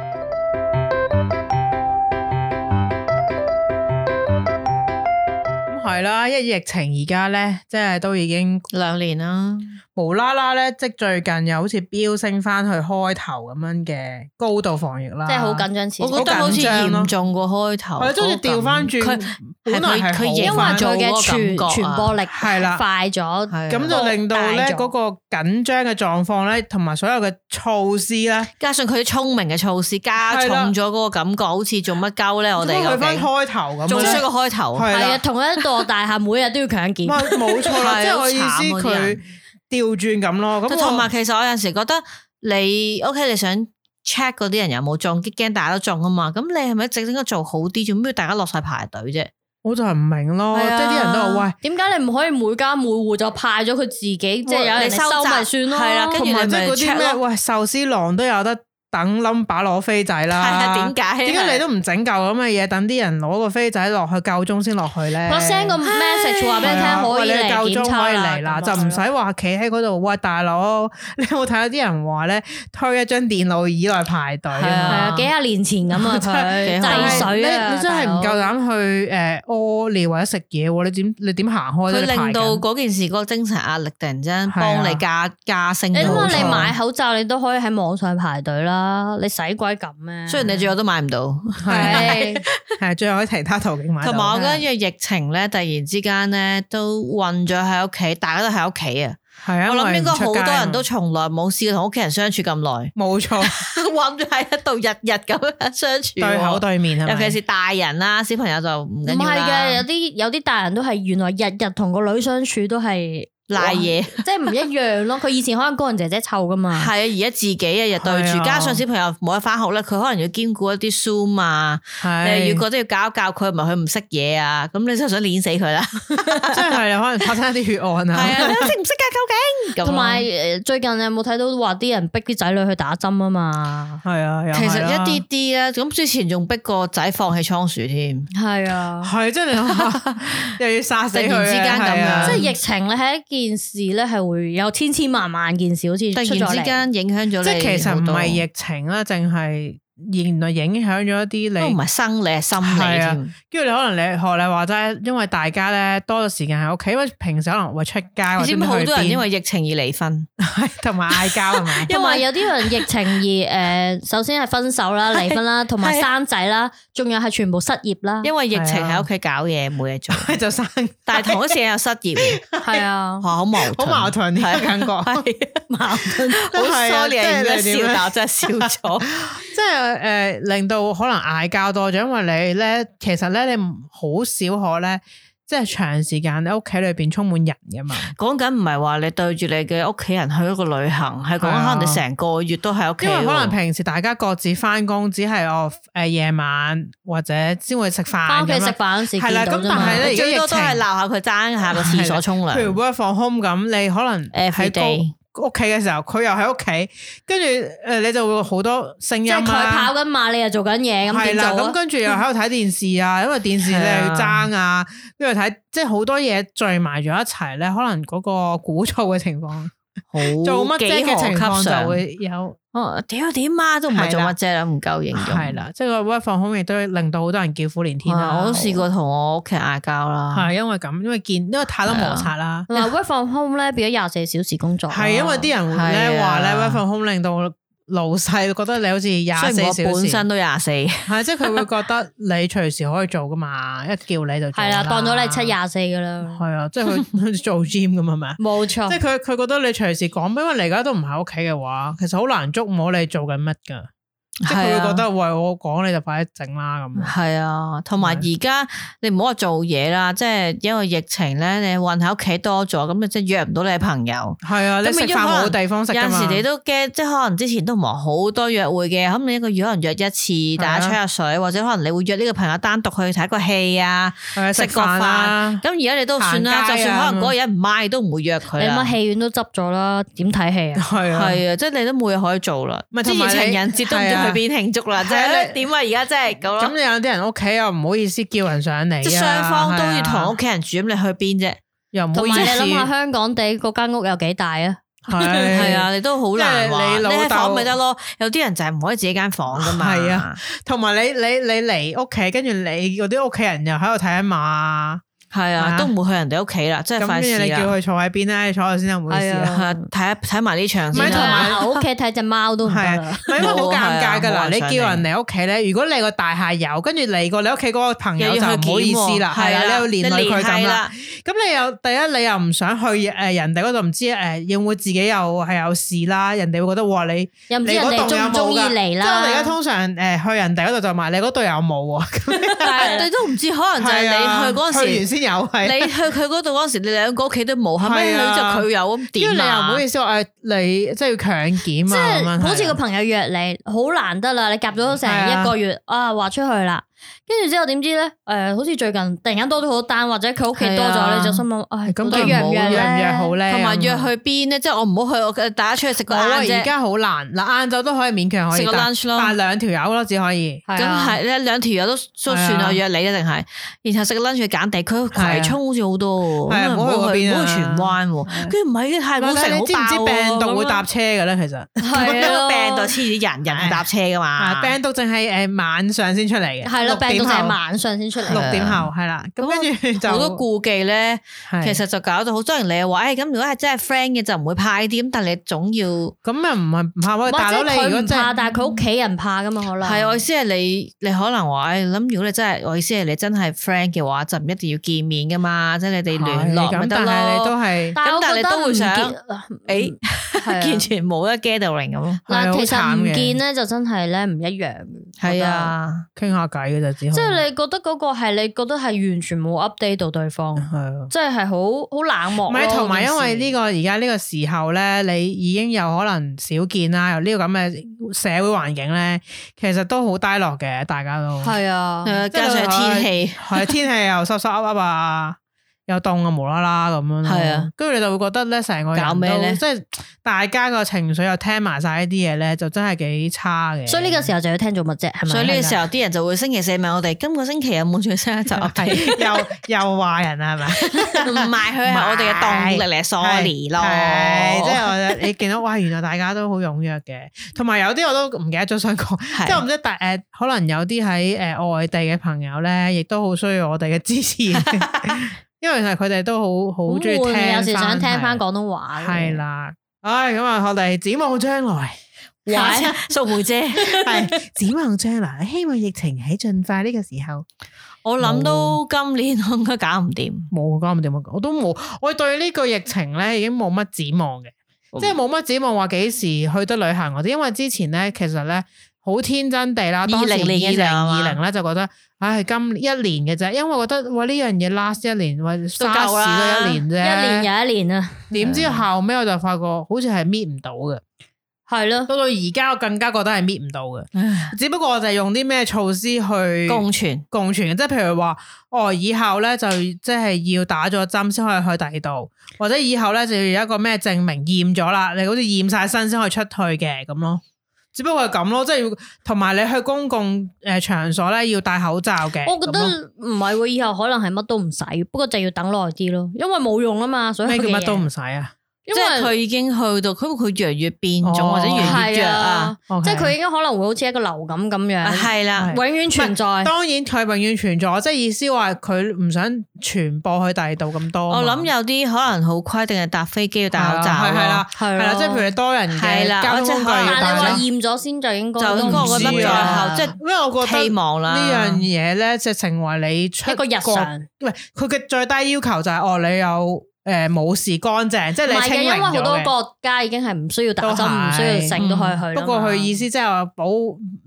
C: 咁係啦？因為疫情而家咧，即係都已經
D: 兩年啦，
C: 無啦啦咧，即係最近又好似飆升翻去開頭咁樣嘅高度防疫啦，
B: 即係好緊張前
D: 我覺得好似
C: 好緊張咯
D: 嚴重過開頭，
C: 係啦，啊即係好似調翻轉，
D: 佢
C: 本來
D: 佢
C: 係
D: 佢
C: 好
D: 營
B: 因為
C: 返
B: 佢嘅
D: 嗰
B: 傳
D: 個感覺啊
B: 傳播力
C: 係啦
B: 快咗，
D: 係啊
C: 咁就令到咧
B: 大咗
C: 嗰個緊張嘅狀況咧，同埋所有嘅措施咧，
D: 加上佢啲聰明嘅措施，加重
C: 係啦
D: 咗嗰個感覺，好似做乜鳩咧？我哋
C: 都去
D: 究
C: 翻
D: 竟
C: 開頭咁
D: 仲
C: 樣
D: 衰過開頭，
C: 係
B: 係
C: 啦
B: 啊，同一座大廈每日都要強檢
C: 哇，冇錯啦，
D: 係
C: 即係我意
D: 好
C: 思
D: 慘啊啲
C: 佢
D: 人
C: 調轉咁咯，咁
D: 同
C: 我
D: 埋其實我有陣時覺得你 OK，你想 check 嗰啲人有冇中，驚大家都中啊嘛。咁你係咪整整個做好啲？做咩要大家落晒排隊啫？
C: 我就係唔明咯，即
D: 係啊
C: 係啲人都話喂。
B: 點解你唔可以每家每戶就派咗佢自己，即係有人嚟收咪算咯？
D: 係啦跟住
C: 同埋即係嗰
D: 你咪 check
C: 啲咩？
D: 咯
C: 喂，壽司郎都有得等 number 攞飛仔
D: 係
C: 啦。
D: 啊，點解？
C: 點解你都唔整嚿咁嘅嘢，等啲人攞個飛仔落去夠鐘先落去咧？
B: 我 send 個 message 話俾你
C: 係啊
B: 聽，可以
C: 喂你
B: 嚟
C: 夠
B: 檢
C: 鐘可以
B: 測
C: 嚟
B: 啦，啊
C: 啦，就唔使話企喺嗰度。喂，大佬， (laughs) 你有冇睇到啲人話咧，推一張電腦椅嚟排隊
B: 係
D: 係
C: 啊
B: 啊
D: 啊，
B: 幾廿年前咁
D: (laughs)
B: 啊，佢
D: 真係
B: 制
D: 幾好
B: 水啊，
C: 你你真係唔夠
B: 大佬。
C: 膽去誒屙尿或者食嘢喎？你點你點行開
D: 佢
C: 咧？
D: 令到
C: 你排緊
D: 嗰件事個精神壓力突然之
C: 係啊
D: 間
C: 啊
D: 幫你加加升
B: 你
D: 咗好
B: 諗下，你
D: 多。
B: 買口罩你都可以喺網上排隊啦，你使鬼咁咩？
D: 雖然你最後都買唔到。
B: (laughs) 係
C: 係最後喺其他途徑買到。
D: 同埋我覺得
C: 係
D: 因為疫情咧，突然之間咧都困咗喺屋企，大家都喺屋企啊！
C: 啊，
D: 我諗應該好多人都
C: 因
D: 從來冇試過同屋企人相處咁耐，
C: 為唔出街嘛冇錯，
D: (laughs) 困咗喺一度，日日咁樣相處喎。
C: 對口對面係咪
D: 尤其是大人啦，小朋友就唔
B: 唔
D: 緊要
B: 係嘅，有
D: 啦，
B: 啲有啲大人都係原來日日同個女相處都係
D: 賴，嘢
C: 哦
B: 哇即係唔一樣咯。佢以前可能高人姐姐湊噶嘛，
D: (laughs) 係啊！而家自己日日對
C: 係
D: 住，
C: 啊
D: 加上小朋友冇得翻學咧，佢可能要兼顧一啲 Zoom 啊，
C: 係
D: 你
C: (laughs)
D: 要覺得要教一教佢，咪佢唔識嘢啊，咁你就想碾死佢啦。
C: 真係可能發生一啲血案
D: (laughs) 係
C: 啊。
D: 啊，你識唔識㗎？究竟咁咯啊
B: 同埋呃最近你有冇睇到話啲人逼啲仔女去打針啊嘛？
C: 係啊，又係
D: 其實
C: 啦
D: 一啲啲啦，咁之前仲逼個仔放棄倉鼠添，
B: 係啊。
C: 係真係諗
D: (laughs)
C: 下又要殺死佢啊，
D: 突然之間咁
C: 係啊
D: 樣
B: 即係疫情咧，係一件事咧，係會有千千萬萬件事，好似
D: 突
B: 出
D: 然
B: 咗
D: 之
B: 嚟。
D: 間影響咗你好多。
C: 即係其實唔係疫情啦，淨係原來影響咗一
D: 都
C: 啲
D: 唔
C: 你
D: 係生理，係心理
C: 係啊
D: 添。
C: 跟住你可能你學你話齋，因為大家咧多咗時間喺屋企，因為平時可能會出街或者
D: 你知唔知好多人因
C: 為
D: 為疫情而離婚？
C: 啊 (laughs) 同埋嗌交係
D: (laughs)
C: 咪？
B: 因為有啲人疫情
C: (laughs)
B: 而誒、呃首先係分手啦、離婚
C: 啊
B: 啦，同埋
D: 係
B: 生仔啦，仲有係全部失業啦。
D: 因為疫情
C: 係啊
D: 喺屋企搞嘢冇嘢做，
C: (laughs) 就生
D: 但係同一時間又失
C: (laughs)
D: 業，
B: 係啊
D: 哇，，好矛
C: 好
D: 盾，
C: 矛盾呢個
D: 係
C: 感覺，
D: 啊 (laughs) 係啊
B: 矛盾。
D: 好
C: (laughs) 係啊
D: sorry 啊
C: 真係
D: 而家
C: 你
D: 笑，
C: 點樣
D: 但我真係笑
C: (laughs)
D: 咗。
C: 即係誒令到可能嗌交多咗，因為你咧其實咧你唔好少可咧，即係長時間你屋企裏邊充滿人噶嘛。
D: 講緊唔係話你對住你嘅屋企人去一個旅行，係講
C: 係啊
D: 可能你成個月都喺屋企
C: 因
D: 喎，
C: 為可能平時大家各自翻工，只係我誒呃夜晚或者先會食飯咁
B: 翻屋企食
C: 樣。
B: 飯嗰時
C: 係啦
B: 見到
C: 咁
B: 啫
C: 但
B: 嘛
C: 係。咧
D: 最多都係
C: 如
D: 鬧下佢爭下個廁所沖涼。
C: 啊譬如 work from home 咁，你可能
D: Every
C: 喺
D: day
C: 高屋企嘅時候，佢又喺屋企，跟住誒呃你就會好多聲
B: 即
C: 音啊
B: 係佢跑
C: 啦。
B: 緊馬，你又做緊嘢，咁
C: 係
B: 點
C: 啦，
B: 做
C: 咁
B: 啊？
C: 跟住又喺度睇電視
D: (laughs)
C: 啊，因為電視你又要爭啊，跟住睇即係好多嘢聚埋咗一齊咧，可能嗰個鼓噪嘅情況，
D: 好
C: 做乜啫
D: 幾
C: 嘅
D: 何
C: 情況
D: 級上
C: 就會有
D: 哦，屌點啊，都唔係做乜啫啦，唔夠形容。
C: 係，啦，即係個 work from home 亦都令到好多人叫苦連天啊啦。
D: 啊我都試過同我屋企人嗌交啦。
C: 係因為咁，因為見因為太
D: 啊
C: 多摩擦啦，
B: 嗱，work from home 咧變咗廿四小時工作，啊
C: 係因為啲人會
D: 係
C: 咧
D: 啊
C: 話咧 work from home 令到老細覺得你好似廿
D: 雖
C: 四
D: 然
C: 小
D: 我
C: 時，
D: 本身都廿四，
C: 係即係佢會覺得你隨時可以做噶嘛，一叫你就做
B: 係啦，當咗你七
C: 日，
B: 廿四噶啦，
C: 係啊，即係佢 (laughs) 好似做 gym 咁係
D: 嗯
C: 咪啊？
B: 冇
C: 即係
D: 哦
B: 錯。
C: 佢佢覺得你隨時講，因為你而家都唔喺屋企嘅話，其實好難捉摸你做緊乜噶，即係
D: 啊
C: 佢會覺得喂我講你就快啲整啦咁。
D: 係啊，同埋而家你唔好話做嘢啦，即係因為疫情咧，你困喺屋企多咗，咁你即係約唔到你嘅朋友。
C: 係啊，你
D: 咁
C: 食
D: 變咗
C: 飯
D: 可能
C: 冇地方食
D: 有
C: 㗎
D: 陣
C: 嘛
D: 時你都驚，即係可能之前都忙好多約會嘅，咁你一個月可能約一次，
C: 啊
D: 大家吹下水，或者可能你會約呢個朋友單獨去睇個戲啊。
C: 係啊食
D: 食個
C: 飯啦
D: 飯，咁而家你都算啦，
C: 行
D: 就
C: 街啊
D: 算可能嗰個人唔買，都唔會約佢
B: 你
C: 啊
D: 啦
B: 乜。戲院都執咗啦，點睇戲啊？
C: 係啊。
D: 係啊，即係你都冇嘢可以做啦。
C: 咪
D: 之
C: 同埋
D: 前
C: 你
D: 情人節都唔知
C: 係啊
D: 去邊慶祝啦，即
C: 係啊
D: 係點啊？而家真係咁
C: 咁
D: 咯，
C: 你有啲人屋企又唔好意思叫人上嚟啊，
D: 即係雙方都
C: 係
D: 要
C: 啊
D: 同屋企人住，咁你去邊啫？
C: 又唔好
B: 同
C: 意
B: 埋你
C: 思，
B: 諗下香港地嗰間屋有幾大啊？
D: (laughs) 係
C: 係
D: 啊，，你都好難
C: 即係
D: 話
C: 你
D: 你
C: 老豆
D: 喺房咪得咯。有啲人就係唔可以自己間房噶嘛。
C: 係啊，同埋你你你嚟屋企，跟住你嗰啲屋企人又喺度睇緊馬，
D: 係
C: 係啊
D: 啊，都唔會去人哋屋企啦，即係
C: 咁
D: 費
C: 跟住
D: 事啊
C: 你叫
D: 啦。
C: 佢坐喺邊咧，你坐喺度先唔好意思啊。
B: 係啊
D: 係啊睇睇埋呢場
C: 咪
D: 先
C: 同埋
D: 啦。
B: 嗱我屋企睇只貓都唔得
C: 係
B: 啦
C: 啊。，唔係因為好
D: 冇
C: 尷
D: 係啊
C: 尬噶
D: 冇
C: 啦！
D: 人
C: 你
D: 上
C: 叫
D: 嚟
C: 人嚟屋企咧，如果你個大廈有，跟住嚟過你屋企嗰個朋友
D: 又
C: 就
D: 要
C: 唔
D: 去
C: 好意思
D: 檢
C: 啦，
D: 喎
C: 係啦，
D: 係
C: 你
D: 啦
C: 要連累佢
D: 你連
C: 咁
D: 係
C: 啦 (laughs)
D: 啦。
C: 咁你又第一，你又唔想去誒人哋嗰度，唔知誒會唔會自己又係有事啦？人哋會覺得哇你。
B: 又唔知
C: 你
B: 人
C: 嗰
B: 哋
C: 度有
B: 中唔中意
C: 冇㗎
B: 嚟
C: 即係我哋而家
B: 啦。
C: 通常誒去人哋嗰度就買，你嗰度有冇喎？
D: (laughs)
C: 啊
D: 但係你都唔知，可能就係你去嗰
C: 去
D: 陣
C: 完
D: 時，
C: 先有係。
D: 你去佢嗰度嗰陣時，你兩個屋企都冇，後尾
C: 係
D: 你就
C: 啊
D: 佢有咁
C: 因為
D: 點
C: 你又唔
D: 啊
C: 好？意思話誒，你即係要強檢
B: 即
C: 啊，咁
B: 係
C: 樣
B: 好似個
C: 係啊
B: 朋友約你，好難得啦！你夾咗
C: 係啊
B: 成一個月啊，話出去啦，跟住之後點知咧？誒、好似最近突然間多咗好多單，或者佢屋企多
D: 係啊
B: 咗，你就心諗，唉，
C: 咁
B: 到
C: 佢
B: 底約唔
C: 唔
B: 約
C: 好約唔約好
B: 咧？
C: 咧？
D: 同埋約去邊咧？即係我唔好去，我大家出去食個
C: 啊冇啊，
D: 晏
C: 而
D: 啫。
C: 家好難嗱，晏晝都可以勉強可以
D: 食個
C: 但
D: lunch 咯
C: 但兩條友咯，只可以。
B: 係
D: 梗
B: 啊
D: 係咧，兩條友都都算
C: 係啊啊
D: 啦，約你一定係。然後食個 lunch 揀地區，葵涌好似好多喎，
C: 係啊
D: 咁
C: 唔好去嗰邊
D: 唔
C: 啊
D: 好去荃灣喎。跟住唔係嘅，太古
C: 但
D: 城
C: 係
D: 好
C: 你知唔知
D: 爆
C: 病
D: 喎
C: 毒會
D: 咁樣
C: 搭車嘅咧？其實
D: 咁
B: 係啊
D: 樣
B: 咯，
D: 病到黐啲人，人係搭車噶
C: 啊，
D: 嘛。
C: 病毒淨係誒晚上先出嚟嘅，
B: 係
C: 六
B: 咯，病
C: 點
B: 毒就係
C: 後
B: 晚上先出嚟。
C: 六點後係啦，咁跟住就
D: 好多顧忌咧，
C: 係
D: 其實就搞到好。當然你又話，哎誒咁如果係真係 friend 嘅就唔會怕呢啲，咁但係你總要
C: 咁又唔係唔怕
B: 或
C: 喂，
B: 者
C: 大佬你如果
B: 佢唔
C: 真
B: 怕，
C: 係
B: 但係佢屋企人怕噶嘛，可能
D: 係啊我意思係你，你可能話，哎誒諗如果你真係，我意思係你真係 friend 嘅話，就唔一定要見面噶嘛，即係你哋聯絡咪
C: 咁，
D: 得
C: 但係你
D: 咯。
C: 都哎係
B: 但係我
D: 咁但係
B: 覺
D: 你
B: 得
D: 都會
B: 唔
D: 想
B: 見啊係啊
D: 誒 (laughs) 完全冇得 gathering 咁咯。
B: 嗱，其實唔見啊
C: 咧，
B: 咧就真係咧唔一樣嘅，
D: 係啊，
C: 傾下偈嘅就只可以
B: 我覺得，即係你覺得嗰個係你覺得係完全冇 update 到對方，
C: 係啊。
B: 即係係好好冷漠
D: 哦
C: 唔
B: 咯。
C: 係，同埋因為呢
B: 個
C: 個而家呢個時候咧，你已經有可能少見啦，由呢個咁嘅社會環境咧，其實都好低落嘅，大家都
B: 係啊，
D: 誒
C: 哦即係
D: 加上天氣，
C: 係天氣又濕濕噏噏啊，又凍啊，無啦啦咁樣咯。
D: 係啊
C: 跟住你就會覺得咧，成個人
D: 搞咩
C: 都
D: 呢
C: 即係大家個情緒又聽埋晒呢啲嘢咧，就真係幾差嘅。
B: 所以呢個時候就要聽做乜啫，
C: 啊
B: 係咪？
D: 所以呢個時候啲人就會星期四問我哋，今個星期有冇最新一
C: (laughs)
D: 集 update？
C: 又又話人啊，係咪？
D: 唔係佢係我哋嘅動力嚟，sorry 咯。
C: 係即係我覺得你見到哇，原來大家都好踴躍嘅，同埋有啲我都唔記得咗想講，
D: 係
C: 即係我唔知大誒、呃可能有啲喺誒外地嘅朋友咧，亦都好需要我哋嘅支
B: (laughs)
C: 持，因為其實佢哋都好好中意
B: 會唔會
C: 聽，
B: 啊有時想聽翻
C: 講
B: 廣東話嘅。
C: 係啦。唉，咁啊，我哋展望將
B: (laughs)
C: 來，
B: 喂，
D: 淑梅姐，
C: 係展望將來，希望疫情喺盡快呢個時候
D: 我諗都今年我應該搞唔掂。
C: 冇講唔掂我講，我都冇，我對呢個疫情咧已經冇乜展望嘅，即係冇乜展望話幾時去得旅行嗰啲，因為之前咧其實咧好天真地啦，當時二
D: 2020
C: 零
D: 嘅時候啊
C: 二
D: 嘛
C: 零咧就覺得，唉，今一年嘅啫，因為我覺得喂呢樣嘢 last 一年，喂沙士
D: 夠啦
C: 都一年啫， (laughs)
B: 一年又一年啊，
C: 點知後尾我就發覺好似係搣唔到嘅，
B: 係咯。
C: 到到而家我更加覺得係搣唔到嘅，
D: 唉
C: 只不過我就係用啲咩措施去
D: 共存，
C: 共存嘅，即係譬如話，哦，以後咧就即係要打咗針先可以去第二度，或者以後咧就要有一個咩證明驗咗啦，你好似驗晒身先可以出去嘅咁咯。只不過係咁咯，即係要同埋你去公共誒場所咧要戴口罩嘅。
B: 我覺
C: 咁咯
B: 得唔係喎，以後可能係乜都唔使，不過就要等耐啲咯，因為冇用啊嘛，所以
C: 咩叫乜都唔使啊？
B: 因
D: 即係佢
B: 為
D: 已經去到，佢佢越嚟越變種
C: 哦
D: 或者越嚟越
B: 係
D: 弱啊
B: 啊，，
C: OK
B: 即係佢已經可能會好似一個流感咁
D: 啊
B: 樣，
D: 係啦
C: 係，
B: 永遠存在。
C: 當然佢永遠存在，即係意思話佢唔想傳播去第二度咁多啊
D: 我
C: 嘛。
D: 諗有啲可能好規定係搭飛機要戴口罩
C: 係啊係
D: 咯
C: 啦，係
B: 係咯
C: 啦，即係譬如多人
D: 係
C: 嘅
D: 啦
C: 交
D: 我即係
C: 通工具
D: 可能
C: 要
B: 但係
C: 戴
B: 你話
C: 啦。
B: 驗咗先就應該
D: 就
B: 都
D: 應該我覺得
B: 唔
D: 最
B: 知
D: 後
B: 啊
D: 即係
C: 因為我覺得
D: 希望啦
C: 呢樣嘢咧，就成為你出
B: 一個日
C: 國
B: 常。
C: 唔係佢嘅最低要求就係、哦，你有誒冇、事乾淨，即係
B: 唔
C: 你
B: 係
C: 清
B: 嘅，因
C: 零
B: 為好
C: 咗
B: 多
C: 嘅
B: 國家已經係唔需要打
C: 都
B: 針，唔需要
C: 係嗯
B: 成都可以去啦嘛。
C: 不過佢意思即係話保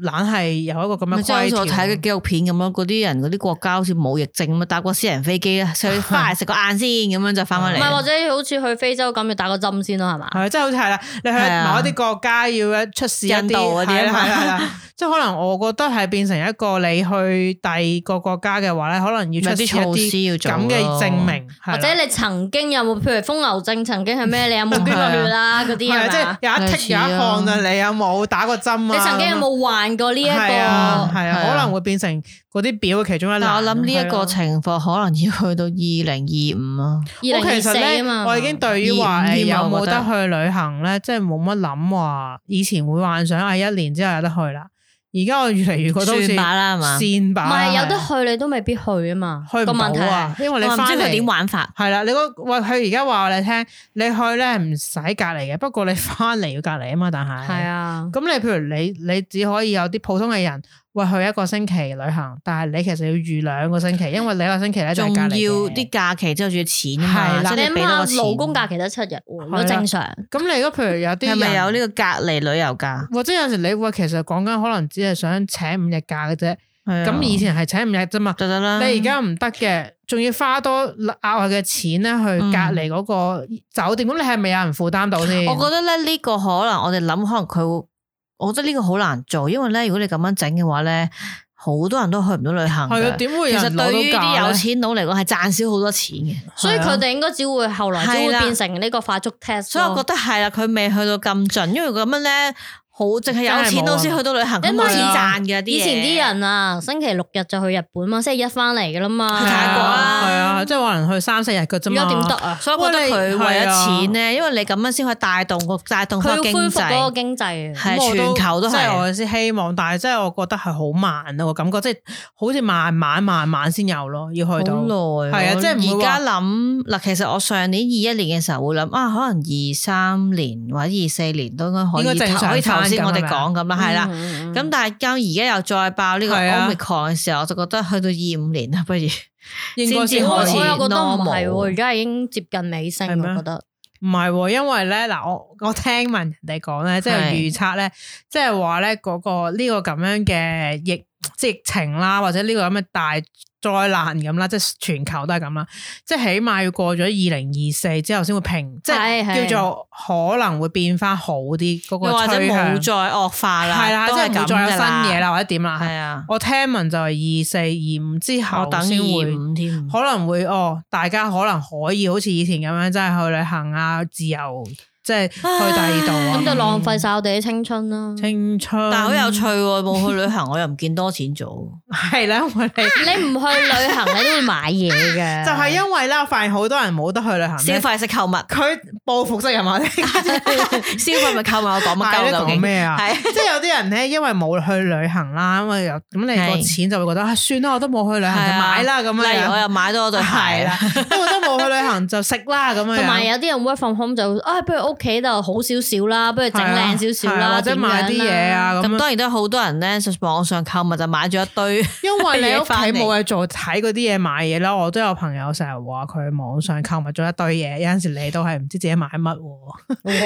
C: 懶係有一個咁
D: 咪
C: 樣
D: 即係好
C: 規
D: 似
C: 條。
D: 我睇嘅紀錄片咁咯，嗰啲人嗰啲國家好似冇疫症咁啊，搭個私人
C: (laughs)
D: 飛機啊，上去翻嚟食個晏先，咁樣就翻返
B: 唔係
D: 嚟。
B: 或者好似去非洲咁要打個針先咯，係嘛？
C: 係，即係好似係啦，你去
D: 係啊
C: 某一啲國家要一出示一啲
D: 印度嗰啲
C: 係
D: 啊
C: 啦
D: 嘛
C: 係啦係啦，即係可能我覺得係變成一個你去第二個國家嘅話咧，可能要出示一
D: 有啲措施要
C: 啲
D: 做
C: 咁嘅
D: 咯
C: 證明，係啦
B: 或者你曾經有冇譬如瘋牛症，曾經係咩？你有冇捐過血啦？嗰啲
C: (laughs) 係啊
B: 係
C: 即係
B: 嘛？
C: 有一
D: 類
C: tick
D: 似
C: 有
D: 啊
C: 一項啊，你有冇打過針啊？
B: 你曾經有
C: 咁樣
B: 冇患過呢一
C: 係啊，
B: 個？
C: 係啊，
D: 係啊
C: 可能會變成嗰啲表嘅其中一欄。
D: 但我諗呢一
C: 係
D: 個
C: 啊
D: 情況可能要去到二零二五啊，
B: 二零
C: 我
B: 二
C: 其實
B: 四
C: 咧，
B: 啊嘛，
C: 我已經對於話
D: 二五
C: 誒
D: 添
C: 有
D: 啊
C: 冇
D: 我覺
C: 得
D: 得
C: 去旅行咧，即係冇乜諗話以前會幻想啊一年之後有得去啦。而家我越嚟越覺得好似
D: 算把啦係嘛
C: 線把
B: 唔
C: 啦，
B: 係有得
C: 係
B: 去你都未必去啊嘛。
C: 去
B: 個
C: 唔
B: 問題
C: 到
B: 係
C: 啊，因為
D: 我
C: 你
D: 唔知
C: 翻
D: 佢點
C: 嚟
D: 玩法。
C: 係啦，你嗰喂佢而家話你聽，你去咧唔使隔離嘅，不過你翻嚟要隔離啊嘛，但係
B: 係啊，
C: 咁你譬如你你只可以有啲普通嘅人，喂去一個星期旅行，但係你其實要預兩個星期，因為你一個星期咧就
D: 仲
C: 係
D: 要
C: 隔離嘅
D: 啲假期之後仲要錢啊
C: 係啦
D: 嘛，
B: 你
D: 即係你俾多個
B: 諗下
D: 錢。
B: 勞工假期得七日喎，如
C: 係
B: 果
C: 啊
B: 正常。
C: 咁你如果譬如有啲
D: 係咪
C: 人
D: 有呢個隔離旅遊假？
C: 或者有時你喂其實講緊可能只係想請五日假嘅啫，
D: 係啊嗯
C: 咁以前係請五日啫嘛，
D: 就得啦。
C: 你而家唔得嘅，仲要花多額外嘅錢咧去隔離嗰個酒店，咁、你係咪有人負擔到先？
D: 嗯我覺得咧呢個可能我哋諗，可能佢會，我覺得呢個好難做，因為咧如果你咁樣整嘅話咧，好多人都去唔到旅行
C: 係啊，
D: 嘅。
C: 點會
D: 其
C: 有
D: 實
C: 人攞到
D: 對於啲
C: 價
D: 有
C: 咧？
D: 錢佬嚟講係賺少好多錢嘅，
C: 啊
B: 所以佢哋應該只會後來只
D: 係
B: 會
D: 啦
B: 變成呢個快速 test
D: 所以我覺
B: 咯。
D: 得係啦，佢未去到咁盡，因為咁樣咧，好淨係有錢佬先去到旅行，咁
B: 因為
C: 啊
D: 冇錢賺嘅啲嘢
B: 以前啲人啊，星期六日就去日本嘛，星期一翻嚟噶啦嘛。
D: 去泰國啊
C: 係啊，即係可能去三四日嘅啫
B: 而家
C: 嘛。
B: 點得啊？
D: 所以我覺得佢
C: 喂
D: 為
C: 你係啊
D: 咗錢咧，因為你咁樣先可以帶動個帶
B: 佢
D: 動翻
B: 要
D: 經
B: 恢復嗰個
D: 濟，
B: 經濟啊，
D: 係
C: 咁我
D: 全球都
C: 即係
D: 係。
C: 我先希望，但係即係我覺得係好慢啊，我感覺即係好似慢慢慢慢先有咯，要
D: 好
C: 去到。
D: 耐
C: 係啊即係唔會
D: 而家
C: 話
D: 諗嗱，其實我上年二一年嘅時候會諗啊，可能二三年或者二四年都應該可
C: 應
D: 以
C: 該正常
D: 可以頭先我哋講咁
C: 啊
D: 啦，係啦。
B: 嗯，
D: 咁但係當而家又再爆呢個
C: 係啊
D: omicron 嘅時候，我就覺得去到二五年啦，不如
C: 應該先
D: 先至
C: 開
B: 我我
D: 開始
C: 始。
B: 又覺得唔係
D: normal
B: 喎，而家已經接近尾聲，
C: 係咩哦
B: 我覺得
C: 唔係喎，因為咧嗱，我我聽聞人哋講咧，即係
D: 係
C: 預測咧，即係話咧嗰個呢個咁樣嘅疫即係疫情啦，或者呢個咁嘅大災難咁啦，即係全球都係咁啦，即係起碼要過咗二零二四之後先會平，即
B: 係
C: 係叫做可能會變翻好啲嗰個
D: 又或者
C: 趨向
D: 冇再惡化啦，
C: 係啦，即
D: 都係
C: 係唔會
D: 咁
C: 再有新嘢
D: 啦，
C: 啦，或者點啦。
D: 係啊，
C: 我聽聞就係二四二五之
D: 我
C: 後
D: 等
C: 先會。
D: 二五添。
C: 可能會哦，大家可能可以好似以前咁樣，真係去旅行啊，自由即係去第二度啊，
B: 咁就浪費晒我哋啲青春啦。
C: 青春。
D: 但係好有趣喎，冇去旅行我又唔見多錢做，
C: 係啦，因為你
B: 你唔去旅行，你都會買嘢
C: (laughs)
B: 嘅。
C: 就 (laughs) 係因為咧，我發現好多人冇得去旅行
D: 啊消
C: 咧，
D: 費式
C: (laughs)
D: 購物， (laughs)
C: 佢報復式人話你
D: 消費咪購物，我
C: (laughs)
D: 講乜
C: 係
D: 鳩啦
C: 咧
D: 究
C: 講
D: 竟？
C: 咩啊？
D: 係
C: 即係有啲人咧，因為冇去旅行啦，咁啊又咁你個
D: 係啊
C: 錢就會覺得啊，算啦，我都冇去旅行就買啦咁樣
D: 例如我
C: 樣。
D: 又買多對鞋
C: 係
D: 啦 (laughs)
C: 啦，，啊因為都冇去旅行就食啦咁樣樣。
B: 同埋有啲人 work from home 就啊，不如屋企就好少少啦，不如整
C: 係啊
B: 靚少少
C: 係啊
B: 啦，
C: 或者
B: 點樣啦
C: 買啲嘢。啊咁樣
D: 咁當然都有好多人咧，就網上購物就買咗一
C: (laughs)
D: 堆。
C: 因為你屋企
D: 嘢返嚟
C: 冇嘢做，睇嗰啲嘢買嘢啦。我都有朋友成日話佢網上購物咗一堆嘢，有陣時你都係唔知自己買乜喎。 (laughs)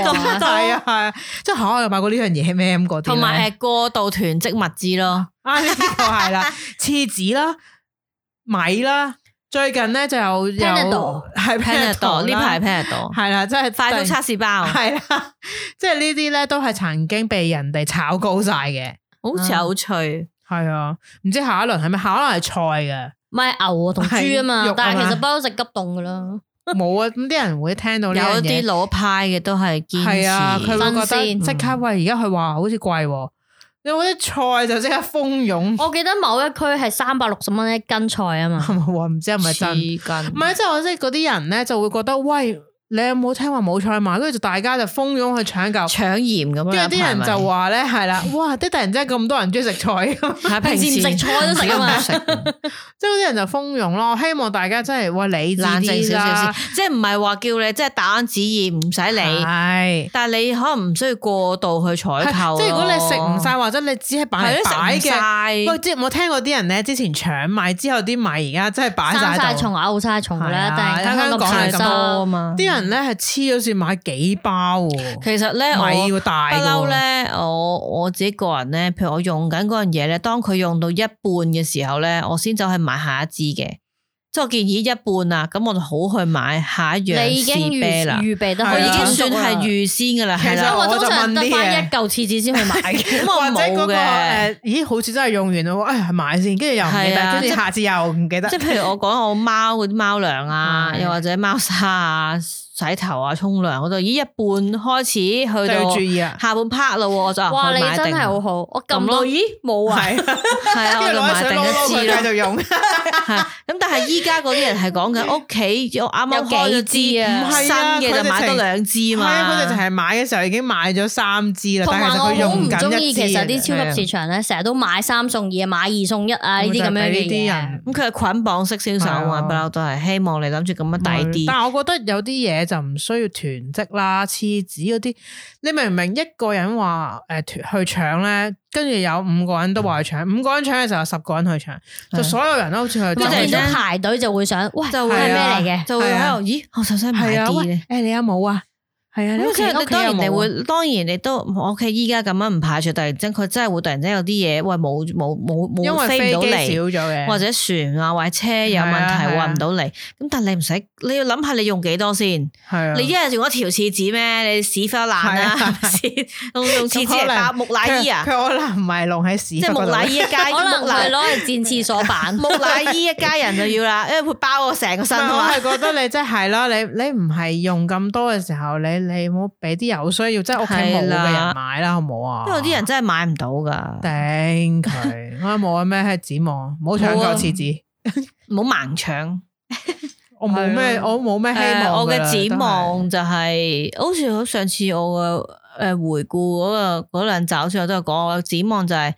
B: 哇
C: 係啊係啊，即係嚇我又買過呢樣嘢咩咁嗰啲咧。
D: 同埋誒過度囤積物資咯，
C: (laughs) 啊呢個係啦，廁紙啦、米啦，最近咧就有有
B: Panadol
C: 係
D: Panadol 呢排 Panadol
C: 係啦，即係
D: 快速測試包，
C: 係啦， (laughs) 即係呢啲咧都係曾經被人哋炒高晒嘅。
D: 好似
C: 嗯
D: 有趣。
C: 係啊，唔知下一輪係咪？下一輪係菜嘅。
B: 買牛啊同豬啊
C: 係肉
B: 嘛
C: 啊，
B: 但係
C: 嘛
B: 其實不嬲食急凍噶啦，
C: 冇啊，咁啲人會聽到呢
D: 有
C: 樣嘢
D: 啲。老派嘅都係堅持，
C: 係啊，佢會覺
B: 新
C: 得
B: 鮮
C: 即刻喂，而家佢話好似貴喎，你嗰啲菜就即刻蜂擁，(laughs)
B: (laughs) 我記得某一區係三百六十蚊一斤菜啊嘛，
C: 係咪話唔知係咪真？唔
D: 黐筋，
C: 係，即係我即係嗰啲人咧就會覺得喂，你有冇聽話冇菜賣？跟住就大家就蜂擁去搶購，
D: 搶鹽咁樣。
C: 跟住啲人就話咧係啦，哇！啲突然之間咁多人中意食菜咁， (laughs)
D: 係啊
B: 平時唔食菜都食啊嘛
D: 唔食
C: 即係嗰啲人就蜂擁咯。我希望大家真係喂理智
D: (laughs) 冷靜
C: 啲
D: 少少
C: 啦， (laughs)
D: 先，即係唔係話叫你即係打安旨意唔使理，
C: 係。
D: 但係你可能唔需要過度去
C: 係
D: 採購。
C: 即係如果你食唔晒，，或者你只係啊擺
D: 係
C: 嚟擺
D: 咯，食唔
C: 嘅，喂，
D: 晒。
C: 即係我聽過啲人咧，之前搶米之後啲米而家真係擺
B: 生
C: 晒
B: 晒
C: 度
B: 蟲、嘔晒蟲噶
C: 係啊
B: 啦，突然間
C: 香
B: 咁
C: 港係
B: 曬
C: 咁
B: 衫
D: 多啊嘛
C: 啲人咧係黐咗線買幾包喎，
D: 其實咧，我
C: 米要大啊
D: 不
C: 㗎
D: 嬲
C: 喎，
D: 咧，我我自己個人咧，譬如我用緊嗰樣嘢咧，當佢用到一半嘅時候咧，我先走去買下一支嘅。即係我建議一半啊啦，咁我就好去買下一樣
B: 你已經
D: 士啤
B: 預
D: 啦。
B: 預備得好
D: 我
C: 係
D: 已
C: 啊
D: 經
B: 充足
D: 算係
B: 啦
D: 預先噶啦，係
C: 其
D: 啦
C: 實
B: 因。為我通常得
C: 我就問
B: 翻
C: 啲嘢
B: 一嚿廁紙先去買嘅，
D: 咁我
C: 或者嗰
D: 冇
C: 個
D: 嘅。
C: 誒，咦，好似真係用完咯，哎呀買先，跟住又唔記
D: 係
C: 得，
D: 啊
C: 跟
D: 即
C: 住
D: 係
C: 下次又唔記得
D: 即，係譬如我講我貓嗰啲貓糧啊，
C: 係
D: 又或者貓砂啊、洗頭啊、沖涼嗰度，咦一半開始
C: 就
D: 去
C: 要
D: 到
C: 注意啊，
D: 下半 part 啦喎，我就啊
B: 哇！
D: 我
B: 你
D: 買定
B: 真係好好，我撳
D: 咁
B: 到
D: 咯
B: 咦冇啊！
C: 係啊，
D: 係啊，我
C: 跟住
D: 就
C: 攞
D: 買
C: 起水
D: 定
C: 撈撈
D: 一支啦
C: 佢。繼續用，
D: 係咁但係依家嗰啲人係講緊屋企，我啱啱開咗
B: 有幾支啊
C: 唔係
D: 新
C: 啊
D: 嘅就買多兩支
C: 係
D: 嘛。
C: 啊，佢哋就係買嘅時候已經買咗三支啦，
B: 同
C: 但係
B: 埋
C: 其實
B: 我
C: 佢
B: 好唔
C: 用緊
B: 中
C: 一
B: 意，
C: 支
B: 其實
C: 嘅嗯
B: 啲超級市場咧，成日都買三送二啊，買二送一啊呢啲咁樣
C: 咁就
B: 嘅
C: 俾呢啲人
B: 嘢。
D: 咁佢係捆綁式銷售
C: 係啊
D: 啊，不嬲都係希望你諗住咁樣抵
C: 但
D: 啲。
C: 係我覺得有啲嘢就唔需要囤積啦，廁紙嗰啲，你明唔明？一個人話誒、囤去搶咧，跟住有五個人都話去
D: 嗯
C: 搶，五個人搶嘅時候有十個人去搶，就所有人都好似去搶。
B: 我
D: 係
B: 見到
D: 真
B: 排隊就會想，喂，
D: 就
B: 係
C: 啊
D: 會
B: 咩嚟嘅？
D: 就會喺度，咦，我想唔想買
C: 係啊，
D: 啲
C: 喂，
D: 咧
C: 誒、？你有冇啊？
B: 系啊，你屋
D: 咁
B: 企
D: 即係
B: 屋
D: 你
B: 企有
D: 當然你
B: 冇啊
D: 會，當然你都我屋企依家咁樣唔排除，突然之間佢真係會突然之間有啲嘢，喂冇冇冇
C: 因
D: 冇
C: 為
D: 飛唔到
C: 飛機
D: 嚟，
C: 少咗嘅，
D: 或者船啊或者車有
C: 係
D: 問
C: 啊
D: 題
C: 係啊
D: 運唔到嚟。咁但係你唔使，你要諗下你用幾多先。
C: 係啊，
D: 你一日用一條廁紙咩？你屎忽爛啦，
C: 係
D: 係
C: 啊
D: 咪先？用
C: (laughs)
D: 用
C: 咁
D: 廁紙
C: 可
D: 嚟
C: 能
D: 包木乃伊啊
C: 佢，佢可能唔係弄喺屎
D: 即係
C: 忽啊嗰
D: 木
C: 度
D: 乃伊一家，
B: 可能
D: 木乃
B: 佢攞嚟墊廁
C: (laughs)
B: 所板，
D: 木乃伊一家人就要啦，因為會包我成個身
C: 唔
D: 啊
C: 係 (laughs) 我
D: 嘛。
C: 係覺得你真係啦，你你唔係用咁多嘅時候，你你唔好俾啲有需要，即係屋企冇
D: 係
C: 嘅
D: 啦
C: 人買啦，好唔好啊？
D: 因為有啲人真係買唔到噶，
C: 頂佢，我冇啊咩係指望，唔好搶
D: 冇啊
C: 購廁
D: (laughs)
C: 紙。
D: 唔好盲搶。
C: 我冇咩，
D: 係啊
C: 我冇咩希
D: 誒
C: 望
D: 我
C: 㗎啦。
D: 嘅展
C: 真係
D: 望就係、好似我上次我嘅誒、回顧嗰、個嗰兩集，好似我都有講，我嘅展望就係、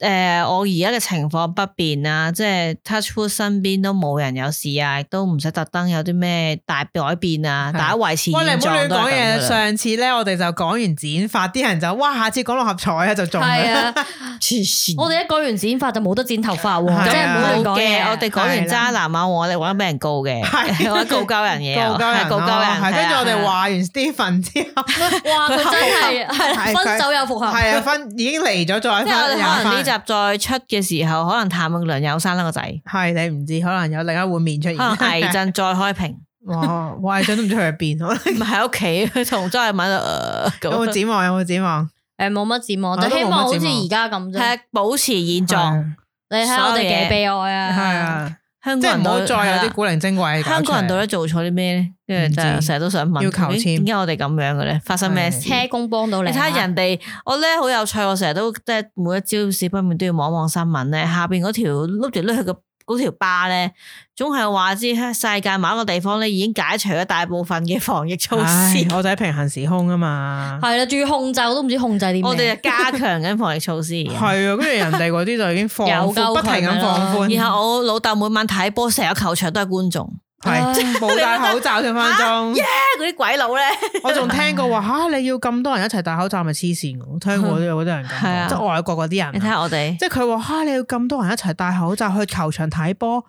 D: 誒、我而家嘅情況不變啦，即係 touch wood 身邊都冇人有事啊，亦都唔使特登有啲咩大改變啊，
C: 係
D: 大家維持
C: 喂，
D: 現
C: 你唔好亂
D: 狀都
C: 講
D: 係
C: 嘢。
D: 咁噶啦
C: 上次咧，我哋就講完剪髮，啲人就哇，下次講六合彩啊，就中
B: 係
C: 啦。
B: 啊，
D: 黐線
B: 我哋一講完剪髮就冇得剪頭髮喎，
C: 係啊
B: 即係唔好亂
D: 冇
B: 講
D: 嘅，
B: 嘢。
D: 我哋講完
C: 係啦
D: 渣男啊，我哋揾俾人告嘅， (laughs)
C: 係
D: 我告鳩人嘢，啊
C: 告 (laughs) 鳩人
D: 係
C: 咯，
D: 告鳩
C: 係
D: 人，
C: 跟住我
D: 係
C: 哋
D: 啊
C: 話完 Stephen 之
D: (laughs)
C: 後，
B: (laughs) 哇，佢真係
C: 係
B: 係啦
C: 佢
B: 分手又復合，
C: 係啊，分已經嚟咗再
D: 即係我哋
C: 分，
D: 可能呢集
C: 又
D: 再出嘅時候，可能譚詠麟有生啦個仔，
C: 係你唔知，可能有另一碗面出
D: 可能
C: 現。
D: 魏震再
C: (laughs)
D: 開屏，
C: 哇！我係想都唔知佢去
D: (laughs)
C: 邊，可能
D: 唔係喺屋企同周慧敏呃
C: 有冇
D: 咁，
C: 展望？有冇展望？
B: 誒冇乜展望，
C: 我都
B: 就希望好似
C: 冇乜展望
B: 而家咁啫。
D: 係啊保持現
C: 啊
D: 狀。
B: 你睇下我哋
D: 所有嘢
B: 幾悲哀
C: 係
B: 啊！
C: 啊，
D: 香
C: 即
D: 港
C: 係唔
D: 人
C: 好
D: 都
C: 再有
D: 係
C: 啲
D: 啦
C: 古靈精怪嘅搞出嚟。
D: 香港人到底做錯啲咩咧？跟住真
C: 唔
D: 係
C: 知
D: 成日都想問，
C: 要求
D: 究竟
C: 簽
D: 點解我哋咁樣嘅咧？發生咩事？
B: 車工幫到你
D: 你
B: 啊，
D: 睇下人哋，我咧好有趣，我成日都即係每一朝市不免都要望一望新聞咧，下邊嗰條碌住碌去嘅嗰條巴咧，總係話知世界某一個地方咧已經解除咗大部分嘅防疫措施
C: 唉，我就喺平行時空啊
D: (laughs)
C: 嘛。
B: 係啦，仲要控制，我都唔知控制啲咩。
D: 我哋就加強緊防疫措施。
C: 係啊，跟住人哋嗰啲就已經
D: (laughs)
C: 放
B: 有
C: 寬
B: 夠
C: 不停咁放寬，
D: 啊然後我老豆每晚睇波，成個球場都係觀眾， (laughs)
C: 係即係冇戴口罩添分
D: 啊
C: 鐘。
D: 即係嗰啲鬼佬咧，
C: 我仲聽過話啊吓，你要咁多人一齊戴口罩咪黐線嘅，我聽過都有嗰啲人咁
D: 係啊
C: 講，即係外國嗰啲
D: (laughs) 你
C: 人
D: 睇
C: 啊。
D: 下我哋
C: 即係佢話吓你要咁多人一齊戴口罩去球場睇波，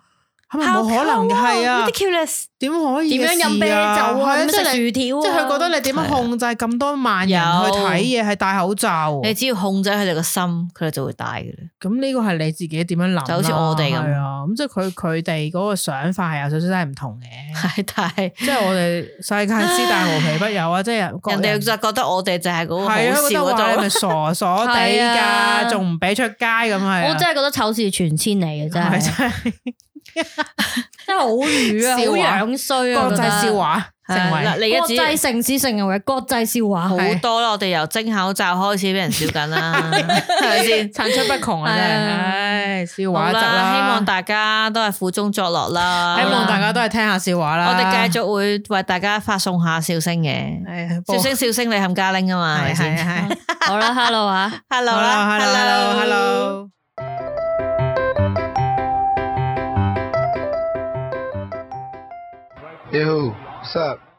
C: 係咪嗯冇可能嘅？係啊，
D: ridiculous，
C: 點可以嘅
B: 點樣飲啤
C: 事啊
B: 酒啊？
C: 係
B: 點樣
C: 即係你
B: 食薯條啊？
C: 即係佢覺得你點樣控制咁多萬人去睇嘢係戴口罩喎，
D: 你只要控制佢哋個心，佢哋就會戴嘅啦。
C: 咁呢個係你自己點樣諗啦？啊
D: 就好似我哋咁
C: 係啊，咁即係佢佢哋嗰個想法係有少少真係唔同
D: (laughs)
C: 嘅，
D: 係，但係
C: 即係我哋世界之大無奇不有啊！即係人
D: 人哋就覺得我哋就係嗰個好
C: 係啊，覺
D: 笑
C: 得話
D: 嗰
C: 你
D: 度
C: 咪。傻傻地
B: 係啊
C: 㗎，仲唔俾出街咁係啊？
B: 我真係覺得醜事傳千里嘅真
C: 係
B: 係，
C: 真係
B: 真係好瘀啊，好
C: 笑話
B: 樣衰啊！
C: 國際笑
B: 話，
C: 話
D: 係
C: 成
D: 啊
C: 為
D: 嗱你而
B: 國
D: 家
B: 際
D: 只
B: 城市成為國際笑
D: 好
B: 話。
D: 多啦，我哋由蒸口罩開始俾人笑
C: (laughs)
D: 緊啦，係咪先？
C: 層出不窮啊！真
B: 係
C: 係，
B: 啊
C: 唉，笑
D: 好
C: 話集
D: 啦，
C: 啦，
D: 希望大家都係苦中作樂啦。
C: 希望
B: 好
C: 大
B: 啦
C: 家都係聽下笑話啦。
D: 啊我哋繼續會為大家發送下笑聲嘅，
C: 係
D: 笑聲笑聲你冚家拎啊嘛，係
C: 係
D: 咪
C: 係
D: 先
C: 係。
B: 好啦，hello 啊！
D: ？Hello 啦
C: Hello，hello，hello，hello。
A: Yo, what's up?